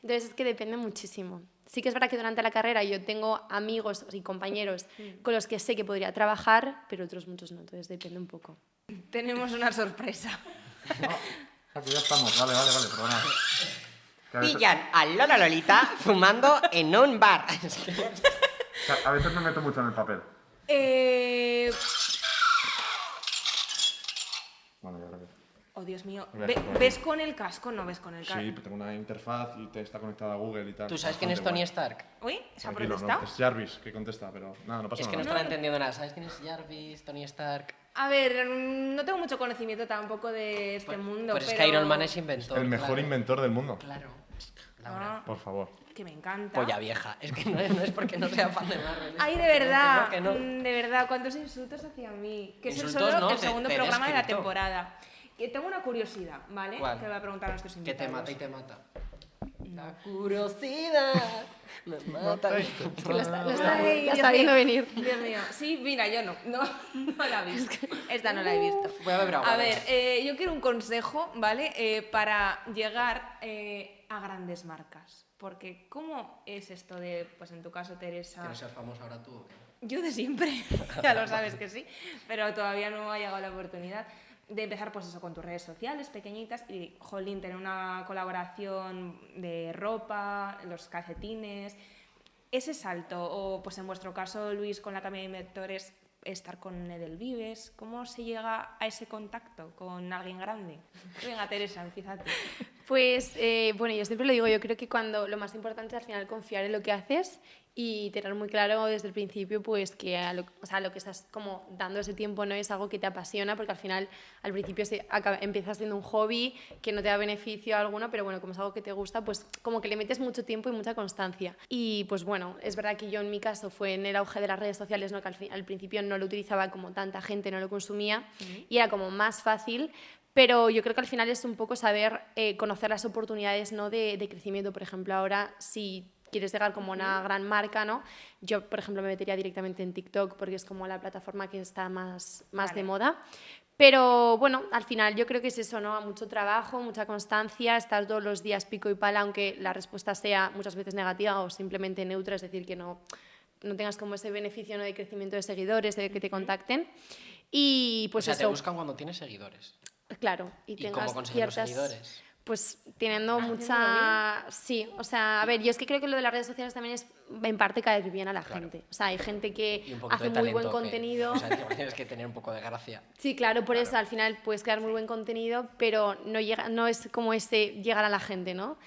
Speaker 6: Entonces es que depende muchísimo. Sí que es verdad que durante la carrera yo tengo amigos y compañeros con los que sé que podría trabajar, pero otros muchos no, entonces depende un poco.
Speaker 3: Tenemos una sorpresa.
Speaker 5: Aquí ya estamos, vale, vale, vale, perdona. Que a veces-
Speaker 2: Pillan a Lola Lolita fumando en
Speaker 4: [LAUGHS]
Speaker 2: un bar.
Speaker 5: que A veces me meto mucho en el papel.
Speaker 3: Eh,
Speaker 5: Bueno, ya creo que-
Speaker 3: Oh, Dios mío.
Speaker 5: Me
Speaker 3: Ve-
Speaker 5: acuerdo.
Speaker 3: ¿Ves con el casco? No ves con el casco.
Speaker 5: Sí, tengo una interfaz y te está conectada a Google y tal.
Speaker 4: ¿Tú sabes quién es
Speaker 5: Bastante
Speaker 4: Tony
Speaker 5: guay.
Speaker 4: Stark?
Speaker 3: ¿Uy, ¿se ha
Speaker 5: Tranquilo, no, Pues
Speaker 3: protestado?
Speaker 5: es Jarvis que contesta, pero nada, no pasa
Speaker 4: Es que no
Speaker 5: nada.
Speaker 4: están entendiendo nada. ¿Sabes quién es Jarvis, Tony Stark?
Speaker 3: A ver, mm, no tengo mucho conocimiento tampoco de este mundo.
Speaker 4: Pues es
Speaker 3: pero...
Speaker 4: que Iron Man es inventor.
Speaker 5: El mejor
Speaker 4: claro.
Speaker 5: inventor del mundo.
Speaker 4: Claro. Laura, Pues
Speaker 3: Ah,
Speaker 5: Por favor.
Speaker 3: que me encanta.
Speaker 4: polla vieja. Es que no es, no es porque no sea fan de Marvel. es
Speaker 3: Ay,
Speaker 4: porque
Speaker 3: de
Speaker 4: no,
Speaker 3: verdad,
Speaker 4: que no, que no.
Speaker 3: mm, de verdad, cuántos insultos hacia mí. Que es el,
Speaker 4: Insultos
Speaker 3: solo-
Speaker 4: no,
Speaker 3: el
Speaker 4: te-
Speaker 3: segundo
Speaker 4: te
Speaker 3: programa de la
Speaker 4: descrito.
Speaker 3: temporada. Que tengo una curiosidad, ¿vale?
Speaker 4: ¿Cuál?
Speaker 3: Que voy a preguntar a nuestros
Speaker 4: Que
Speaker 3: invitados.
Speaker 4: te mata y te mata. La curiosidad
Speaker 5: [LAUGHS]
Speaker 4: me
Speaker 6: [LAUGHS]
Speaker 4: mata.
Speaker 6: Es que lo está, lo está-
Speaker 3: Ay,
Speaker 6: la
Speaker 3: Dios
Speaker 6: está viendo
Speaker 3: mío. [LAUGHS]
Speaker 6: venir.
Speaker 3: Dios mío, sí, mira, yo no, no, no la he visto. Uh. Esta no la he visto.
Speaker 4: Voy a beber agua,
Speaker 3: A ver,
Speaker 4: venga.
Speaker 3: eh, yo quiero un consejo, ¿vale? Eh, para llegar eh, a grandes marcas. Porque, ¿cómo es esto de, pues en tu caso, Teresa?
Speaker 4: ¿Quieres ser famosa ahora tú o qué?
Speaker 3: Yo de siempre, [LAUGHS] ya lo sabes que sí, pero todavía no ha llegado la oportunidad de empezar pues eso con tus redes sociales pequeñitas y jolín tener una colaboración de ropa, los calcetines, ese salto o pues en vuestro caso Luis con la Academia de Inventores estar con Edelvives, ¿cómo se llega a ese contacto con alguien grande? Venga Teresa, empieza tú.
Speaker 6: Pues eh, bueno, yo siempre lo digo, yo creo que cuando lo más importante es al final confiar en lo que haces y tener muy claro desde el principio pues que a lo, o sea, lo que estás como dando ese tiempo no es algo que te apasiona porque al final al principio se acaba- empiezas siendo un hobby que no te da beneficio alguno pero bueno como es algo que te gusta pues como que le metes mucho tiempo y mucha constancia y pues bueno es verdad que yo en mi caso fue en el auge de las redes sociales no que al, fin- al principio no lo utilizaba como tanta gente no lo consumía y era como más fácil pero yo creo que al final es un poco saber eh, conocer las oportunidades ¿no? de, de crecimiento. Por ejemplo, ahora si quieres llegar como a una gran marca, ¿no? yo por ejemplo me metería directamente en TikTok porque es como la plataforma que está más, más de
Speaker 3: Vale.
Speaker 6: moda. Pero bueno, al final yo creo que es eso, ¿no? Mucho trabajo, mucha constancia, estar todos los días pico y pala, aunque la respuesta sea muchas veces negativa o simplemente neutra, es decir, que no, no tengas como ese beneficio ¿no? de crecimiento de seguidores, de que te contacten. Y
Speaker 4: O
Speaker 6: pues
Speaker 4: sea, te
Speaker 6: eso.
Speaker 4: buscan cuando tienes seguidores.
Speaker 6: Claro, y,
Speaker 4: ¿Y
Speaker 6: tengas
Speaker 4: cómo conseguir los
Speaker 6: ciertas...
Speaker 4: seguidores?
Speaker 6: Pues teniendo mucha... Sí, o sea, a ver, yo es que creo que lo de las redes sociales también es en parte caer bien a la gente. O sea, hay gente
Speaker 4: Y
Speaker 6: que
Speaker 4: un poquito
Speaker 6: hace
Speaker 4: de
Speaker 6: muy
Speaker 4: talento.
Speaker 6: buen
Speaker 4: que-
Speaker 6: contenido.
Speaker 4: o sea, que tienes que tener un poco de
Speaker 6: [LAUGHS]
Speaker 4: gracia.
Speaker 6: Sí, claro, por eso al final puedes crear muy buen contenido, pero no, llega, no es como ese llegar a la gente, ¿no?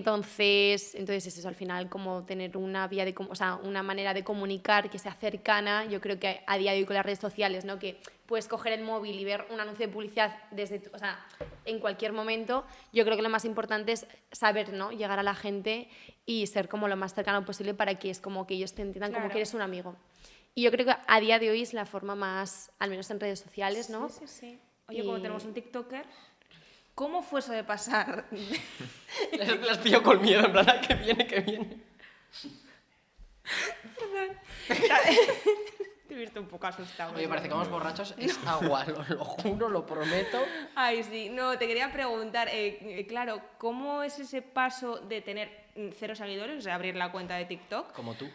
Speaker 6: Entonces, entonces es eso, al final como tener una vía de, com- o sea, una manera de comunicar que sea cercana, yo creo que a día de hoy con las redes sociales, ¿no? Que puedes coger el móvil y ver un anuncio de publicidad desde, tu- o sea, en cualquier momento, yo creo que lo más importante es saber, ¿no? Llegar a la gente y ser como lo más cercano posible para que es como que ellos te entiendan como
Speaker 3: Claro.
Speaker 6: que eres un amigo. Y yo creo que a día de hoy es la forma más, al menos en redes sociales, ¿no?
Speaker 3: Sí, sí, sí. Oye, como
Speaker 6: Y-
Speaker 3: tenemos un TikToker, ¿cómo fue eso de pasar [LAUGHS]
Speaker 4: Las, las pillo con miedo, en plan, "Ay, que viene, que viene.
Speaker 3: Te he visto un poco asustado.
Speaker 4: Oye, parece que vamos borrachos. Es agua, lo, lo juro, lo prometo.
Speaker 3: Ay, sí. No, te quería preguntar, eh, eh, claro, ¿cómo es ese paso de tener mm, cero seguidores, o sea, abrir la cuenta de TikTok,
Speaker 4: Como tú.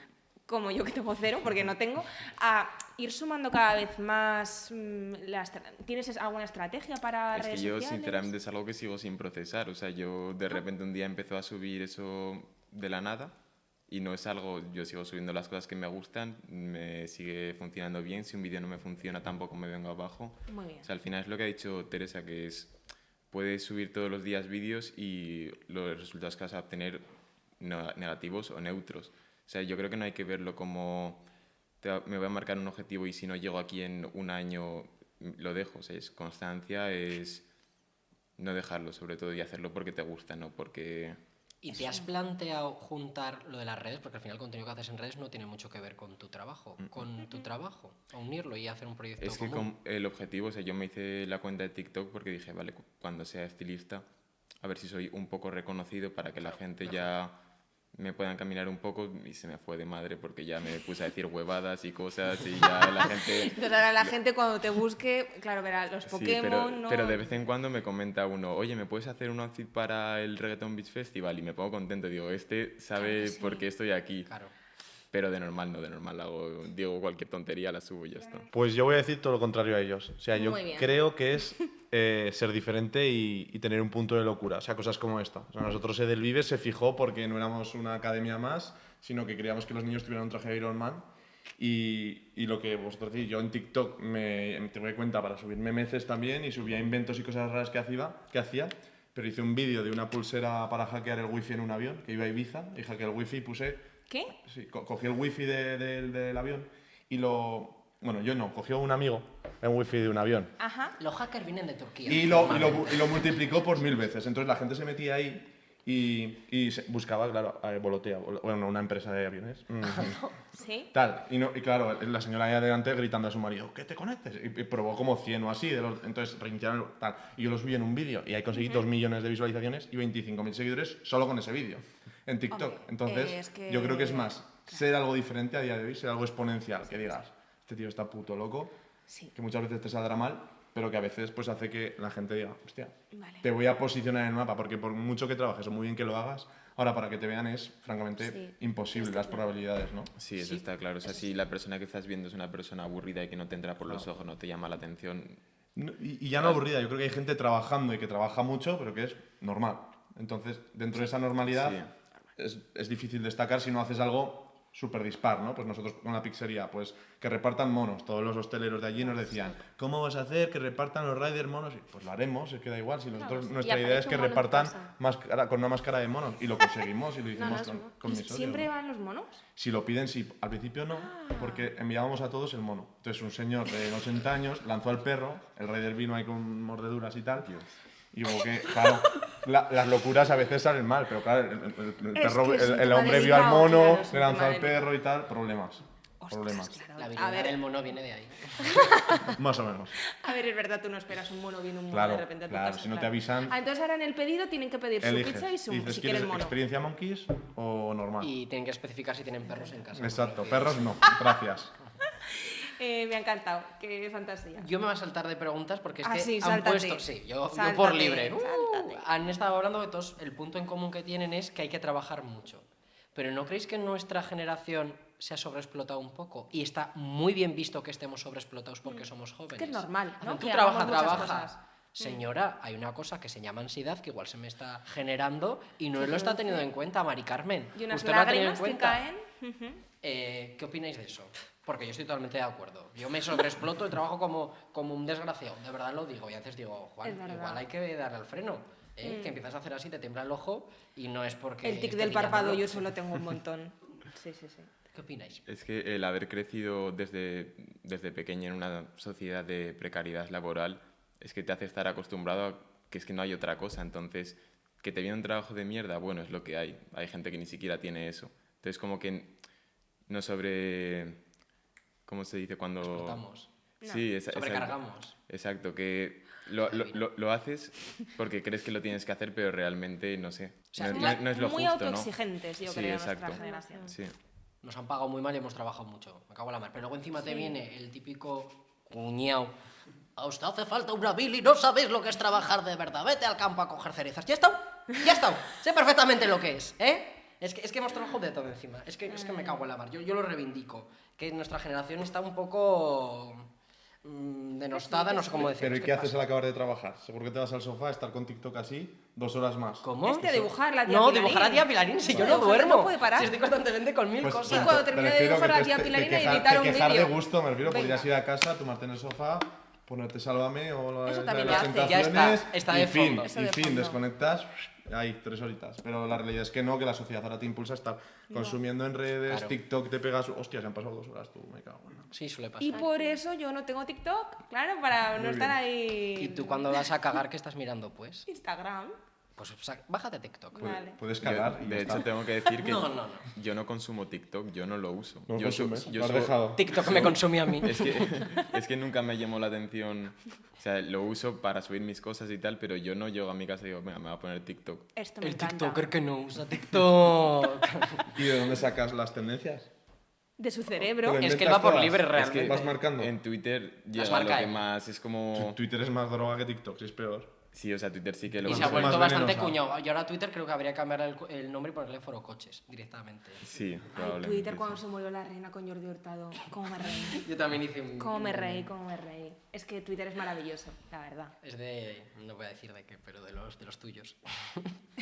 Speaker 3: como yo que tengo cero, porque no tengo, a ir sumando cada vez más mm, las... tra- ¿Tienes es- alguna estrategia para
Speaker 7: Es que
Speaker 3: redes
Speaker 7: yo,
Speaker 3: sociales?
Speaker 7: sinceramente, es algo que sigo sin procesar. O sea, yo de repente un día empezó a subir eso de la nada y no es algo. Yo sigo subiendo las cosas que me gustan, me sigue funcionando bien. Si un vídeo no me funciona, tampoco me vengo abajo.
Speaker 3: Muy bien.
Speaker 7: O sea, al final es lo que ha dicho Teresa, que es. Puedes subir todos los días vídeos y los resultados que vas a obtener no- negativos o neutros. O sea, yo creo que no hay que verlo como te va- me voy a marcar un objetivo y si no llego aquí en un año m- lo dejo. O sea, es constancia, es no dejarlo sobre todo y hacerlo porque te gusta, no porque...
Speaker 4: ¿Y te has planteado juntar lo de las redes? Porque al final el contenido que haces en redes no tiene mucho que ver con tu trabajo. Con tu trabajo. A unirlo y hacer un proyecto
Speaker 7: Es que
Speaker 4: común.
Speaker 7: con el objetivo, o sea, yo me hice la cuenta de TikTok porque dije, vale, cu- cuando sea estilista, a ver si soy un poco reconocido para que la gente ya me pueda caminar un poco y se me fue de madre porque ya me puse a decir huevadas y cosas y ya
Speaker 3: [LAUGHS]
Speaker 7: la gente...
Speaker 3: Entonces ahora la gente cuando te busque, claro, verá los
Speaker 7: Sí,
Speaker 3: Pokémon,
Speaker 7: pero,
Speaker 3: ¿no?
Speaker 7: pero de vez en cuando me comenta uno, oye, ¿me puedes hacer un outfit para el Reggaeton Beach Festival? Y me pongo contento, digo, este sabe por qué estoy aquí.
Speaker 4: Claro.
Speaker 7: Pero de normal no, de normal hago, digo cualquier tontería, la subo y ya está.
Speaker 5: Pues yo voy a decir todo lo contrario a ellos. O sea, yo
Speaker 3: Muy bien.
Speaker 5: creo
Speaker 3: [LAUGHS]
Speaker 5: que es eh, ser diferente y, y tener un punto de locura. O sea, cosas como esta. O sea, nosotros Edelvive se fijó porque no éramos una academia más, sino que queríamos que los niños tuvieran un traje de Iron Man. Y, y lo que vosotros decís, yo en TikTok me, me tuve cuenta para subirme meces también y subía inventos y cosas raras que hacía, que hacía pero hice un vídeo de una pulsera para hackear el wifi en un avión, que iba a Ibiza, y hackeé el wifi y puse
Speaker 3: ¿Qué?
Speaker 5: Sí, co- cogí el wifi de- de- del avión y lo... Bueno, yo no, cogió un amigo el wifi de un avión.
Speaker 3: Ajá.
Speaker 4: Los hackers vienen de Turquía.
Speaker 5: Y lo, y lo mu- y lo multiplicó por mil veces. Entonces la gente se metía ahí y, y se- buscaba, claro, eh, Volotea, o- bueno, una empresa de aviones.
Speaker 3: [LAUGHS]
Speaker 5: Mm.
Speaker 3: Sí.
Speaker 5: Tal, y, no, y claro, la señora ahí adelante gritando a su marido, que te conectes. Y, y probó como 100 o así, de los- entonces reiniciaron el- tal. Y yo lo subí en un vídeo y ahí conseguí 2 millones de visualizaciones y 25.000 seguidores solo con ese vídeo en TikTok.
Speaker 3: Hombre, eh,
Speaker 5: entonces,
Speaker 3: es que-
Speaker 5: yo creo que es más ser algo diferente a día de hoy, ser algo exponencial, que digas, este tío está puto loco,
Speaker 3: Sí.
Speaker 5: que muchas veces te saldrá mal, pero que a veces pues hace que la gente diga, hostia,
Speaker 3: Vale.
Speaker 5: te voy a posicionar en el mapa, porque por mucho que trabajes o muy bien que lo hagas, ahora para que te vean es francamente
Speaker 6: Sí.
Speaker 5: imposible las probabilidades, ¿no?
Speaker 7: Sí, eso está claro. O sea, si la persona que estás viendo es una persona aburrida y que no te entra por los ojos, no te llama la atención,
Speaker 5: No, Y, y ya no aburrida, yo creo que hay gente trabajando y que trabaja mucho, pero que es normal. Entonces, dentro de esa normalidad, es, es difícil destacar si no haces algo súper dispar, ¿no? Pues nosotros con la pizzería, pues que repartan monos. Todos los hosteleros de allí nos decían, ¿cómo vas a hacer que repartan los riders monos? Y, pues lo haremos, es que da igual. Si nosotros,
Speaker 6: sí.
Speaker 5: nuestra
Speaker 6: Y
Speaker 5: idea es
Speaker 6: aparece
Speaker 5: que
Speaker 6: un mono en tu
Speaker 5: repartan
Speaker 6: casa.
Speaker 5: máscara- con una máscara de monos. Y lo conseguimos y lo hicimos
Speaker 6: es
Speaker 5: con,
Speaker 6: mono.
Speaker 5: con
Speaker 3: ¿Y
Speaker 5: mi socio,
Speaker 3: ¿Siempre
Speaker 5: ¿no?
Speaker 3: van los monos?
Speaker 5: Si lo piden, sí. Al principio no,
Speaker 3: Ah.
Speaker 5: porque enviábamos a todos el mono. Entonces un señor
Speaker 3: [LAUGHS]
Speaker 5: de 80 años lanzó al perro, el raider vino ahí con mordeduras y tal. Y como que, claro, la- las locuras a veces salen mal, pero claro, el, el- el
Speaker 3: Es
Speaker 5: perro-
Speaker 3: que es un
Speaker 5: el- el
Speaker 3: tema
Speaker 5: hombre vio al
Speaker 3: delicado,
Speaker 5: mono,
Speaker 3: claro, es un
Speaker 5: le lanzó
Speaker 3: tema
Speaker 5: al
Speaker 3: delicado.
Speaker 5: perro y tal, problemas. Problemas.
Speaker 4: La virilidad
Speaker 3: ver.
Speaker 4: del mono viene de ahí.
Speaker 5: Más o menos.
Speaker 3: A ver, es verdad, tú no esperas un mono viendo un mono
Speaker 5: Claro,
Speaker 3: de repente a tu
Speaker 5: claro,
Speaker 3: casa,
Speaker 5: si no te
Speaker 3: claro.
Speaker 5: avisan-
Speaker 3: Ah, entonces ahora en el pedido tienen que pedir su
Speaker 5: Eliges.
Speaker 3: pizza y su
Speaker 5: Dices,
Speaker 3: si
Speaker 5: ¿quieres
Speaker 3: quieren mono.
Speaker 5: experiencia monkeys o normal?
Speaker 4: Y tienen que especificar si tienen perros en casa.
Speaker 5: Exacto, perros no, gracias.
Speaker 3: Eh, me ha encantado, qué fantasía.
Speaker 4: Yo me voy a saltar de preguntas porque es
Speaker 3: Ah,
Speaker 4: que
Speaker 3: sí,
Speaker 4: han
Speaker 3: sáltate.
Speaker 4: puesto. Sí, yo, yo por
Speaker 3: Sáltate,
Speaker 4: libre. Uh,
Speaker 3: sáltate.
Speaker 4: han estado hablando de todos. El punto en común que tienen es que hay que trabajar mucho. Pero ¿no creéis que nuestra generación se ha sobreexplotado un poco? Y está muy bien visto que estemos sobreexplotados porque somos jóvenes.
Speaker 3: que Mm. es normal, ¿no?
Speaker 4: Tú
Speaker 3: Que
Speaker 4: trabaja,
Speaker 3: hagamos muchas
Speaker 4: trabaja.
Speaker 3: cosas. Mm.
Speaker 4: Señora, hay una cosa que se llama ansiedad que igual se me está generando y no lo
Speaker 3: [LAUGHS]
Speaker 4: está teniendo en cuenta, Mari Carmen.
Speaker 3: Y unas
Speaker 4: Usted lo ha tenido en
Speaker 3: lágrimas que
Speaker 4: cuenta.
Speaker 3: caen. ujú.
Speaker 4: Eh, ¿Qué opináis de eso? Porque yo estoy totalmente de acuerdo. Yo me sobreexploto y trabajo como, como un desgraciado. De verdad lo digo. Y a veces digo,
Speaker 3: Es
Speaker 4: Juan,
Speaker 3: verdad. Mm.
Speaker 4: igual hay que darle al freno. ¿eh? Que empiezas a hacer así, te tiembla el ojo y no es porque...
Speaker 3: El tic
Speaker 4: esté
Speaker 3: del párpado
Speaker 4: pillándolo.
Speaker 3: yo solo tengo un
Speaker 7: [LAUGHS]
Speaker 3: montón. Sí, sí, sí.
Speaker 4: ¿Qué opináis?
Speaker 7: Es que el haber crecido desde, desde pequeña en una sociedad de precariedad laboral es que te hace estar acostumbrado a que es que no hay otra cosa. Entonces, que te viene un trabajo de mierda, bueno, es lo que hay. Hay gente que ni siquiera tiene eso. Entonces, como que no sobre... ¿Cómo se dice cuando...?
Speaker 4: Explotamos.
Speaker 7: Sí, esa- exacto.
Speaker 4: Sobrecargamos.
Speaker 7: Exacto, que lo, lo- lo- lo haces porque crees que lo tienes que hacer, pero realmente, no sé.
Speaker 4: sea,
Speaker 7: no,
Speaker 3: Muy-
Speaker 7: no- no es lo
Speaker 3: Muy
Speaker 7: justo, ¿no?
Speaker 3: autoexigentes, yo
Speaker 7: Sí,
Speaker 3: creo,
Speaker 7: exacto.
Speaker 3: nuestra generación.
Speaker 7: Sí.
Speaker 4: Nos han pagado muy mal y hemos trabajado mucho. Me cago en la mar. Pero luego encima te viene el típico cuñao. A usted hace falta una mil y no sabéis lo que es trabajar de verdad. Vete al campo a coger cerezas. Ya está, ya está. Sé perfectamente lo que es, ¿eh? Es que, es que hemos trabajado de todo encima. Es que, es que me cago en la mar. Yo, yo lo reivindico. Que nuestra generación está un poco mm, denostada, no sé cómo decirlo.
Speaker 5: Pero ¿y
Speaker 4: Es
Speaker 5: qué
Speaker 4: que
Speaker 5: haces
Speaker 4: pasa.
Speaker 5: al acabar de trabajar? Seguro que te vas al sofá, estar con TikTok así, dos horas más.
Speaker 4: ¿Cómo?
Speaker 3: Este dibujar la tía
Speaker 4: No,
Speaker 3: Pilarín.
Speaker 4: dibujar a tía Pilarín, si yo
Speaker 3: Vale.
Speaker 4: no
Speaker 3: Dibujar no
Speaker 4: duermo.
Speaker 3: puede parar.
Speaker 4: Si estoy constantemente con mil
Speaker 5: Pues,
Speaker 4: cosas.
Speaker 5: pues,
Speaker 3: Y cuando
Speaker 5: me
Speaker 3: termine de
Speaker 5: refiero
Speaker 3: dibujar
Speaker 5: que
Speaker 3: a
Speaker 5: te-
Speaker 3: tía
Speaker 5: te
Speaker 3: Pilarina y
Speaker 5: quejar-
Speaker 3: editar
Speaker 5: te
Speaker 3: un
Speaker 5: quejar de
Speaker 3: vídeo.
Speaker 5: gusto, me refiero,
Speaker 3: Venga.
Speaker 5: podrías ir a casa, tomarte en el sofá, ponerte Sálvame o la,
Speaker 3: Eso
Speaker 5: la
Speaker 3: también
Speaker 5: de las
Speaker 4: lo hace, ya
Speaker 5: tentaciones,
Speaker 4: está, está
Speaker 5: y
Speaker 4: de
Speaker 5: fin,
Speaker 4: fondo.
Speaker 3: Eso
Speaker 5: y
Speaker 3: de
Speaker 5: fin,
Speaker 3: fondo.
Speaker 5: desconectas, ahí, tres horitas. Pero la realidad es que no, que la sociedad ahora te impulsa a estar consumiendo en redes,
Speaker 4: Claro.
Speaker 5: TikTok te pegas, hostia, se han pasado dos horas, tú, me cago en la-
Speaker 4: Sí, suele pasar.
Speaker 3: Y por eso yo no tengo TikTok, claro, para no estar ahí.
Speaker 4: ¿Y tú cuando vas a cagar qué estás mirando, pues?
Speaker 3: Instagram.
Speaker 4: Pues sa- bájate TikTok.
Speaker 5: Puedes-
Speaker 3: Vale.
Speaker 5: Puedes
Speaker 7: Yo,
Speaker 5: cagar y ya
Speaker 7: de
Speaker 5: está.
Speaker 7: hecho, tengo que decir
Speaker 4: [LAUGHS]
Speaker 7: que
Speaker 4: No, no, no.
Speaker 7: yo no consumo TikTok, yo no lo uso.
Speaker 5: No
Speaker 7: yo su-
Speaker 5: consumes,
Speaker 7: yo
Speaker 5: lo has
Speaker 7: subo-
Speaker 5: dejado.
Speaker 4: TikTok me consumía a mí.
Speaker 7: Es que, [LAUGHS] es que nunca me llamó la atención. O sea, lo uso para subir mis cosas y tal, pero yo no llego a mi casa y digo, venga, me voy a poner TikTok.
Speaker 3: Esto me
Speaker 4: El
Speaker 3: encanta.
Speaker 4: TikToker que no usa TikTok.
Speaker 5: ¿Y de dónde sacas las tendencias?
Speaker 3: De su cerebro.
Speaker 5: Te lo
Speaker 4: es que él
Speaker 5: inventas
Speaker 4: va por
Speaker 5: todas.
Speaker 4: libre
Speaker 5: Es que
Speaker 4: realmente.
Speaker 5: vas marcando.
Speaker 7: En Twitter llega
Speaker 4: marca
Speaker 7: lo que
Speaker 4: él.
Speaker 7: más es como...
Speaker 5: Twitter es más droga que TikTok, si es peor.
Speaker 7: Sí, o sea, Twitter sí que lo
Speaker 4: Y se ha
Speaker 5: Más
Speaker 7: consumo.
Speaker 4: vuelto
Speaker 5: venenosa.
Speaker 4: bastante cuñado. Y ahora Twitter creo que habría que cambiar el, cu- el nombre y ponerle foro coches directamente.
Speaker 7: Sí,
Speaker 3: Ay,
Speaker 7: probablemente.
Speaker 3: Twitter cuando
Speaker 7: sí.
Speaker 3: se murió la reina con Jordi Hurtado. ¿Cómo me reí?
Speaker 4: Yo también hice un...
Speaker 3: ¿Cómo me reí? ¿Cómo me reí? Es que Twitter es maravilloso, la verdad.
Speaker 4: Es de... No voy a decir de qué, pero de los, de los tuyos. [LAUGHS]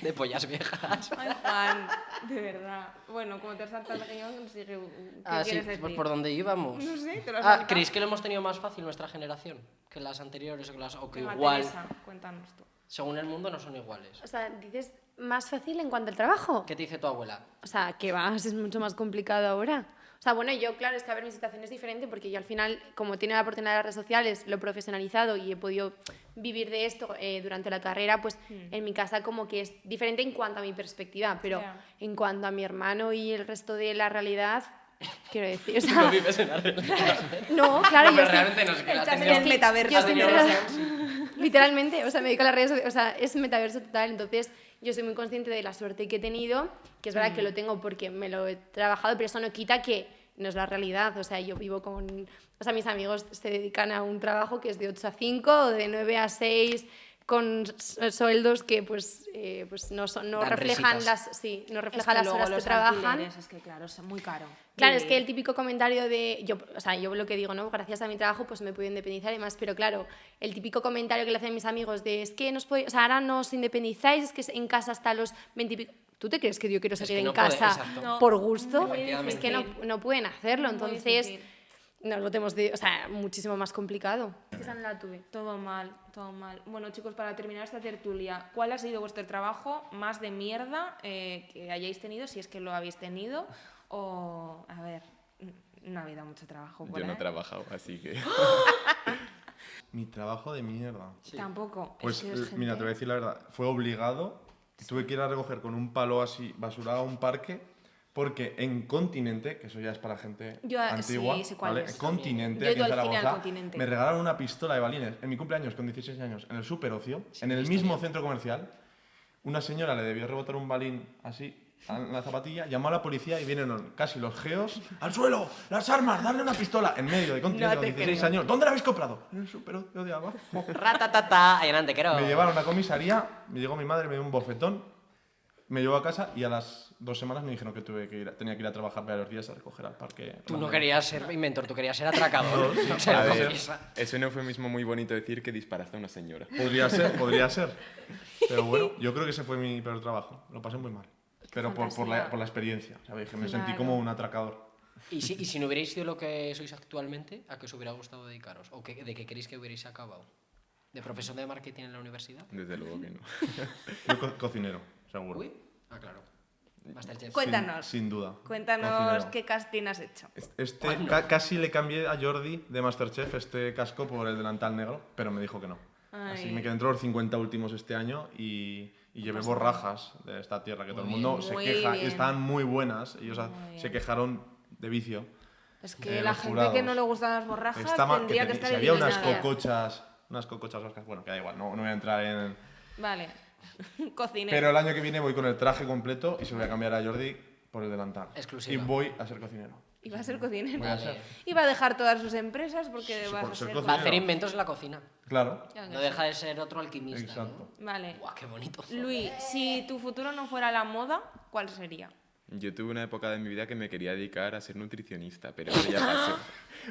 Speaker 4: de pollas viejas.
Speaker 3: Ay, Juan, de verdad. Bueno, como te has saltado el guión, sí que- ¿qué
Speaker 4: Ah, sí,
Speaker 3: quieres decir?
Speaker 4: pues por dónde íbamos.
Speaker 3: No sé, te lo has
Speaker 4: ah,
Speaker 3: saltado.
Speaker 4: ¿Creéis que lo hemos tenido más fácil nuestra generación que las anteriores o que las... O que
Speaker 3: Venga,
Speaker 4: igual,
Speaker 3: Teresa, cuéntanos tú.
Speaker 4: según el mundo, no son iguales?
Speaker 6: O sea, dices más fácil en cuanto al trabajo.
Speaker 4: ¿Qué te dice tu abuela?
Speaker 6: O sea, que vas, es mucho más complicado ahora. O sea, bueno, yo, claro, es que a ver, mi situación es diferente porque yo al final, como tiene la oportunidad de las redes sociales, lo he profesionalizado y he podido vivir de esto eh, durante la carrera, pues
Speaker 4: Mm.
Speaker 6: en mi casa como que es diferente en cuanto a mi perspectiva, pero
Speaker 3: Ya.
Speaker 6: en cuanto a mi hermano y el resto de la realidad, [LAUGHS] quiero decir, o sea,
Speaker 4: No vives en la realidad.
Speaker 6: [LAUGHS] no, claro,
Speaker 4: No,
Speaker 6: yo
Speaker 4: pero
Speaker 6: sí-
Speaker 4: realmente no sé qué
Speaker 3: el
Speaker 4: la
Speaker 3: chat en
Speaker 4: tendrías-
Speaker 3: el metaverso.
Speaker 6: yo
Speaker 4: la tendrías-
Speaker 6: siempre- [LAUGHS] Literalmente, o sea, me dedico a las redes sociales, o sea, es metaverso total, entonces yo soy muy consciente de la suerte que he tenido, que es verdad que lo tengo porque me lo he trabajado, pero eso no quita que no es la realidad, o sea, yo vivo con, o sea, mis amigos se dedican a un trabajo que es de 8 a 5 o de 9 a 6 con s- sueldos que pues, eh, pues no, son, no
Speaker 4: Dan
Speaker 6: reflejan
Speaker 4: risitas.
Speaker 6: las sí no
Speaker 3: Es
Speaker 6: reflejan
Speaker 3: que
Speaker 6: las
Speaker 3: luego
Speaker 6: horas que
Speaker 3: los
Speaker 6: trabajan
Speaker 3: alquileres, Es que claro, es muy caro.
Speaker 6: Claro, es
Speaker 3: Vivir.
Speaker 6: que el típico comentario de, yo, o sea, yo lo que digo, ¿no? Gracias a mi trabajo pues me puedo independizar y más, pero claro, el típico comentario que le hacen mis amigos de, es que nos podéis, o sea, ahora nos independizáis, es que en casa hasta los 20 y pico". ¿Tú te crees que yo quiero
Speaker 4: que
Speaker 6: seguir en
Speaker 4: no puede-
Speaker 6: casa
Speaker 4: exacto.
Speaker 3: No,
Speaker 6: por gusto?
Speaker 3: muy
Speaker 6: Es
Speaker 4: Efectivamente.
Speaker 6: que no, no pueden hacerlo,
Speaker 3: Muy
Speaker 6: entonces
Speaker 3: difícil.
Speaker 6: nos lo tenemos, de, o sea, muchísimo más complicado. Es que esa no la tuve.
Speaker 3: Todo mal, todo mal. Bueno, chicos, para terminar esta tertulia, ¿cuál ha sido vuestro trabajo más de mierda eh, que hayáis tenido, si es que lo habéis tenido? O, a ver, n- no ha habido mucho trabajo. por
Speaker 7: Yo no he
Speaker 4: ¿eh?
Speaker 3: ahí.
Speaker 7: trabajado, así
Speaker 4: [LAUGHS]
Speaker 7: que...
Speaker 5: Mi trabajo de mierda.
Speaker 3: Tampoco. es
Speaker 5: Pues
Speaker 3: que es
Speaker 5: eh, mira,
Speaker 3: gente-
Speaker 5: te voy a decir la verdad. Fue obligado. Tuve que ir a recoger con un palo así basurado a un parque. Porque en Continente, que eso ya es para gente
Speaker 3: Yo, eh,
Speaker 5: antigua,
Speaker 3: sí, sé cuál
Speaker 5: ¿vale?
Speaker 3: es. eh.
Speaker 5: Continente,
Speaker 3: Yo he
Speaker 5: aquí
Speaker 3: ido
Speaker 5: en
Speaker 3: al cine al
Speaker 5: Zaragoza,
Speaker 3: Continente.
Speaker 5: me regalaron una pistola de balines en mi cumpleaños con 16 años, en el Super Ocio, en el mismo centro comercial. Una señora le debió rebotar un balín así en la zapatilla, llamó a la policía y vinieron casi los geos al suelo, las armas, darle una pistola en medio de Continente
Speaker 3: No
Speaker 5: con
Speaker 3: te
Speaker 5: 16
Speaker 3: creo.
Speaker 5: años. ¿Dónde la habéis comprado? En el Super Ocio de abajo.
Speaker 2: Ratatata, adelante, quiero.
Speaker 5: Me llevaron a comisaría, me llegó mi madre, me dio un bofetón, me llevó a casa y a las dos semanas me dijeron que tuve que ir, a- tenía que ir a trabajar varios días a recoger al parque.
Speaker 4: Tú no querías ser inventor, tú querías ser atracador. O sea,
Speaker 7: A ver,
Speaker 4: confiesa.
Speaker 7: es un eufemismo muy bonito decir que disparaste a una señora.
Speaker 4: [LAUGHS]
Speaker 5: Podría ser, podría ser. Pero bueno, yo creo que ese fue mi peor trabajo. Lo pasé muy mal. Pero por, por, la,
Speaker 3: fantasía.
Speaker 5: por la experiencia, ¿sabes? Que me sentí
Speaker 3: Claro.
Speaker 5: como un atracador.
Speaker 4: ¿Y si, y si no hubierais sido lo que sois actualmente, ¿a qué os hubiera gustado dedicaros? ¿O qué- de qué queréis que hubierais acabado? ¿De profesor de marketing en la universidad?
Speaker 7: Desde luego que no.
Speaker 5: [LAUGHS] Yo co- cocinero, seguro.
Speaker 4: Uy, ah, claro. Masterchef.
Speaker 5: Sin-
Speaker 3: Cuéntanos.
Speaker 5: Sin, duda.
Speaker 3: Cuéntanos
Speaker 5: cocinero.
Speaker 3: qué casting has hecho.
Speaker 5: Este, ca- casi le cambié a Jordi de Masterchef este casco por el delantal negro, pero me dijo que no. Así
Speaker 3: Ay.
Speaker 5: me quedé entre los 50 últimos este año y, y llevé borrajas de esta tierra que todo el mundo se
Speaker 3: Muy
Speaker 5: queja
Speaker 3: bien.
Speaker 5: y estaban muy buenas. Ellos a-
Speaker 3: Muy bien.
Speaker 5: se quejaron de vicio.
Speaker 3: Es que
Speaker 5: Eh,
Speaker 3: la
Speaker 5: los
Speaker 3: gente
Speaker 5: jurados.
Speaker 3: que no le gustan las borrajas
Speaker 5: Está mal-
Speaker 3: tendría que,
Speaker 5: que te-
Speaker 3: estar
Speaker 5: si había unas
Speaker 3: eliminada.
Speaker 5: cocochas, unas cocochas vascas, bueno, que da igual, no, no voy a entrar en...
Speaker 3: Vale, [LAUGHS] cocinero.
Speaker 5: Pero el año que viene voy con el traje completo y se lo voy a cambiar a Jordi por el delantal.
Speaker 4: Exclusiva.
Speaker 5: Y voy a ser cocinero.
Speaker 3: Iba a ser cocinero.
Speaker 5: Voy a ser.
Speaker 3: Iba a dejar todas sus empresas porque
Speaker 5: Sí,
Speaker 3: vas
Speaker 5: por
Speaker 3: a
Speaker 5: ser
Speaker 3: ser
Speaker 5: cocinero.
Speaker 4: Va a hacer inventos en la cocina.
Speaker 5: Claro,
Speaker 4: No deja de ser otro alquimista.
Speaker 5: exacto.
Speaker 4: ¿no?
Speaker 3: Vale.
Speaker 4: Guau, qué bonito.
Speaker 3: Luis, si tu futuro no fuera la moda, ¿cuál sería?
Speaker 7: Yo tuve una época de mi vida que me quería dedicar a ser nutricionista, pero eso ya pasó.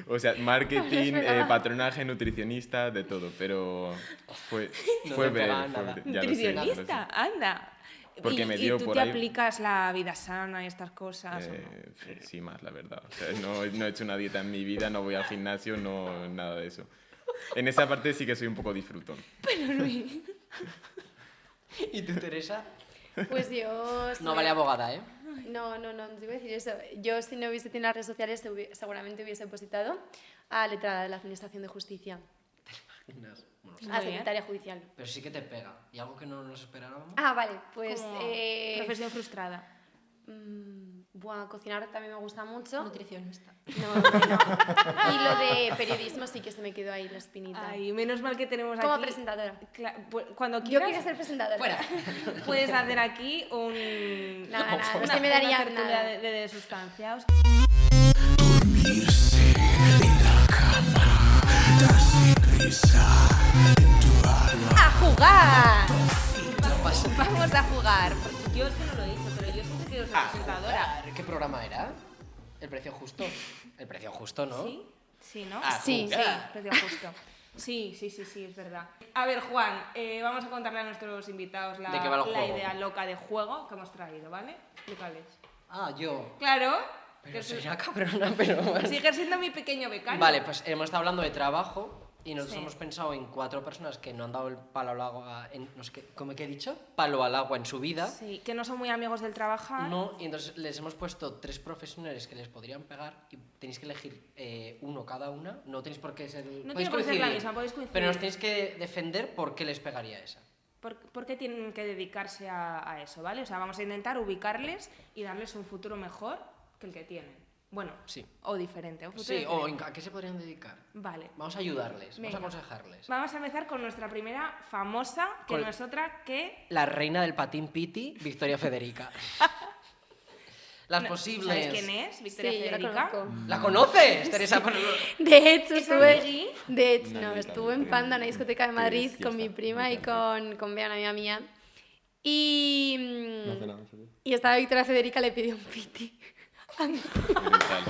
Speaker 7: O sea, marketing, eh, patronaje, nutricionista, de todo, pero fue,
Speaker 4: No
Speaker 7: fue
Speaker 4: te
Speaker 7: breve.
Speaker 4: pegaba
Speaker 7: fue
Speaker 4: nada.
Speaker 7: breve, ya lo sé, Eh, ya lo sé.
Speaker 3: Nutricionista, anda.
Speaker 7: Porque
Speaker 3: y,
Speaker 7: me
Speaker 3: y
Speaker 7: dio
Speaker 3: tú
Speaker 7: por
Speaker 3: te
Speaker 7: ahí-
Speaker 3: aplicas la vida sana y estas cosas. ¿o Ah, no?
Speaker 7: Eh, sí, más, la verdad. O sea, no, no he hecho una dieta en mi vida, no voy al gimnasio, no nada de eso. En esa parte sí que soy un poco disfrutón.
Speaker 4: [LAUGHS] ¿Y tú, Teresa?
Speaker 6: Pues yo...
Speaker 4: [LAUGHS] No vale abogada, ¿eh?
Speaker 6: No, no, no, no te iba a decir eso. Yo, si no hubiese tenido las redes sociales, te hubi- seguramente hubiese depositado a letrada de la Administración de Justicia,
Speaker 4: Bueno,
Speaker 3: Muy
Speaker 6: a
Speaker 3: bien.
Speaker 6: secretaria judicial.
Speaker 4: pero sí que te pega. ¿Y algo que no nos esperábamos?
Speaker 6: Ah, vale, pues.
Speaker 3: Como
Speaker 6: eh,
Speaker 3: Profesión frustrada.
Speaker 6: mm, buah, cocinar también me gusta mucho.
Speaker 1: Nutricionista.
Speaker 6: No, no, no. Y lo de periodismo sí que se me quedó ahí la espinita.
Speaker 3: Ay, menos mal que tenemos
Speaker 6: Como
Speaker 3: aquí.
Speaker 6: presentadora.
Speaker 3: Cla- pu- Cuando
Speaker 6: Yo
Speaker 3: quieras,
Speaker 6: quiero ser presentadora.
Speaker 4: Fuera.
Speaker 3: puedes hacer aquí un.
Speaker 6: Nada, nada, no
Speaker 3: una-
Speaker 6: se me
Speaker 3: una
Speaker 6: daría
Speaker 3: tertulia
Speaker 6: nada.
Speaker 3: de, de- de sustancias. ¡A jugar!
Speaker 1: vamos a jugar. Yo es que no lo he dicho, pero yo siempre he sido
Speaker 4: Ah,
Speaker 1: presentadora.
Speaker 4: joder, ¿Qué programa era? El precio justo. El precio justo, ¿no?
Speaker 1: ¿Sí?
Speaker 3: Sí, ¿no?
Speaker 4: Ah,
Speaker 6: Sí,
Speaker 3: Sí,
Speaker 4: jugar.
Speaker 3: precio justo. Sí, sí, sí, sí, es verdad. A ver, Juan, eh, vamos a contarle a nuestros invitados la,
Speaker 4: ¿De qué va el
Speaker 3: la
Speaker 4: juego?
Speaker 3: idea loca de juego que hemos traído, ¿vale? Explícales.
Speaker 4: Ah, yo.
Speaker 3: Claro.
Speaker 4: Pero
Speaker 3: que su-
Speaker 4: será cabrona,
Speaker 3: [LAUGHS]
Speaker 4: pero...
Speaker 3: Sigues siendo mi pequeño becario.
Speaker 4: Vale, pues hemos estado hablando de trabajo y nosotros
Speaker 3: Sí.
Speaker 4: hemos pensado en cuatro personas que no han dado el palo al agua, en, no sé qué, ¿cómo que he dicho? Palo al agua en su vida.
Speaker 3: Sí, que no son muy amigos del trabajar.
Speaker 4: No, y entonces les hemos puesto tres profesionales que les podrían pegar y tenéis que elegir eh, uno cada una. No tenéis por qué ser...
Speaker 3: No
Speaker 4: podéis
Speaker 3: tiene por qué ser la
Speaker 4: coincidir,
Speaker 3: misma, podéis coincidir.
Speaker 4: Pero nos tenéis que defender por qué les pegaría esa.
Speaker 3: ¿Por, por qué tienen que dedicarse a, a eso, ¿vale? O sea, vamos a intentar ubicarles y darles un futuro mejor que el que tienen. Bueno,
Speaker 4: Sí.
Speaker 3: O diferente. Un futuro
Speaker 4: Sí, o
Speaker 3: diferente.
Speaker 4: en- ¿a qué se podrían dedicar?
Speaker 3: Vale.
Speaker 4: Vamos a ayudarles,
Speaker 3: Venga.
Speaker 4: vamos a aconsejarles.
Speaker 3: Vamos a empezar con nuestra primera famosa, que
Speaker 4: Col-
Speaker 3: no es otra que...
Speaker 4: La reina del patín piti, Victoria
Speaker 3: [LAUGHS]
Speaker 4: Federica. Las
Speaker 3: no,
Speaker 4: posibles...
Speaker 3: ¿Sabes quién es? Victoria
Speaker 6: Sí, yo la
Speaker 3: Federica.
Speaker 6: conozco.
Speaker 4: ¿La conoces, Teresa? Por-
Speaker 6: De hecho,
Speaker 3: Mm. ¿Es amigui?
Speaker 6: estuve, de hecho,
Speaker 7: Una
Speaker 6: no,
Speaker 7: amiguita,
Speaker 6: estuve en
Speaker 7: amiguita.
Speaker 6: Panda, una discoteca de
Speaker 7: Sí,
Speaker 6: Madrid,
Speaker 7: sí,
Speaker 6: con
Speaker 7: está,
Speaker 6: mi prima
Speaker 7: me
Speaker 6: y
Speaker 7: encanta.
Speaker 6: con, con Bea, una amiga mía. Y,
Speaker 5: No hace
Speaker 6: mm,
Speaker 5: nada, en serio.
Speaker 6: y estaba Victoria Federica, le pidió un piti. [LAUGHS]
Speaker 7: Brutal.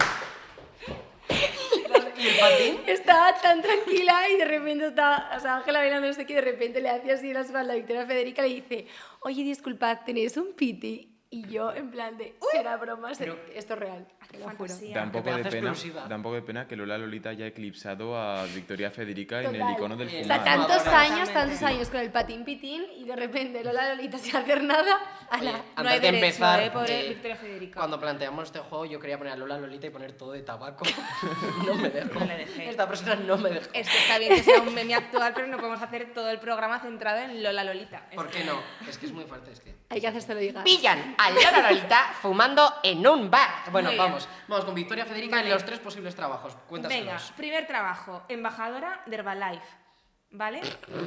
Speaker 4: ¿Y el patín?
Speaker 6: Estaba tan tranquila y de repente estaba, o sea, Ángela bailando no sé qué, y de repente le hacía así la espalda a Victoria Federica y le dice, oye, disculpad, ¿tenéis un piti? Y yo, en plan de, será broma, se-
Speaker 4: Pero-
Speaker 6: esto es real, te lo juro.
Speaker 3: fantasía.
Speaker 7: Da un poco de
Speaker 4: pedazo
Speaker 7: pena,
Speaker 4: exclusiva.
Speaker 7: da un poco de pena que Lola Lolita haya eclipsado a Victoria Federica en el
Speaker 6: Total.
Speaker 7: icono del
Speaker 4: O sea,
Speaker 6: O sea,
Speaker 7: fumar.
Speaker 6: tantos
Speaker 4: Ahora,
Speaker 6: años, tantos
Speaker 3: totalmente.
Speaker 6: años con el patín pitín y de repente Lola Lolita sin hacer nada, ala.
Speaker 4: Oye,
Speaker 3: No hay
Speaker 4: antes de
Speaker 3: derecho,
Speaker 4: empezar,
Speaker 3: eh, pobre
Speaker 4: eh,
Speaker 3: Victoria Federica.
Speaker 4: cuando planteamos este juego, yo quería poner a Lola Lolita y poner todo de
Speaker 3: [LAUGHS]
Speaker 4: tabaco. no me dejó.
Speaker 3: No le dejé.
Speaker 4: Esta persona no me dejó.
Speaker 3: Es que está bien que sea un meme actual, pero no podemos hacer todo el programa centrado en Lola Lolita.
Speaker 4: ¿Por qué no? Es que es muy fuerte. Es que...
Speaker 6: Hay que hacérselo diga.
Speaker 2: Pillan a Lola Lolita fumando en un bar.
Speaker 4: Bueno,
Speaker 3: Muy bien.
Speaker 4: vamos. Vamos con Victoria Federica en los tres posibles trabajos. Cuéntanos.
Speaker 3: Venga, primer trabajo, embajadora de Herbalife. ¿Vale?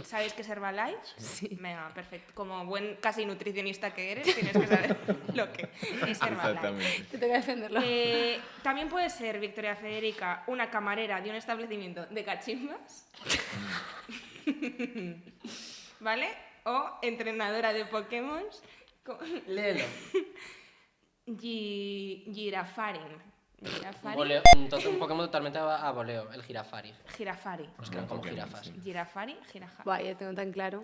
Speaker 3: ¿Sabéis qué es Herbalife? Sí. Venga, perfecto. Como buen casi nutricionista que eres, tienes que saber [LAUGHS] lo que es Herbalife.
Speaker 7: Exactamente.
Speaker 6: Te toca defenderlo.
Speaker 3: Eh, también puede ser Victoria Federica una camarera de un establecimiento de cachimbas. [LAUGHS] ¿Vale? O entrenadora de Pokémon con
Speaker 4: Léelo.
Speaker 3: gi- Girafaring. Girafaring. [LAUGHS]
Speaker 4: Voleo. Un, tot- un Pokémon totalmente a, a voleo, el Girafari.
Speaker 3: Girafari.
Speaker 4: Nos quedan como
Speaker 7: Pokémon,
Speaker 4: jirafas.
Speaker 7: sí.
Speaker 3: Girafari, Girafa.
Speaker 6: Buah, ya tengo tan claro.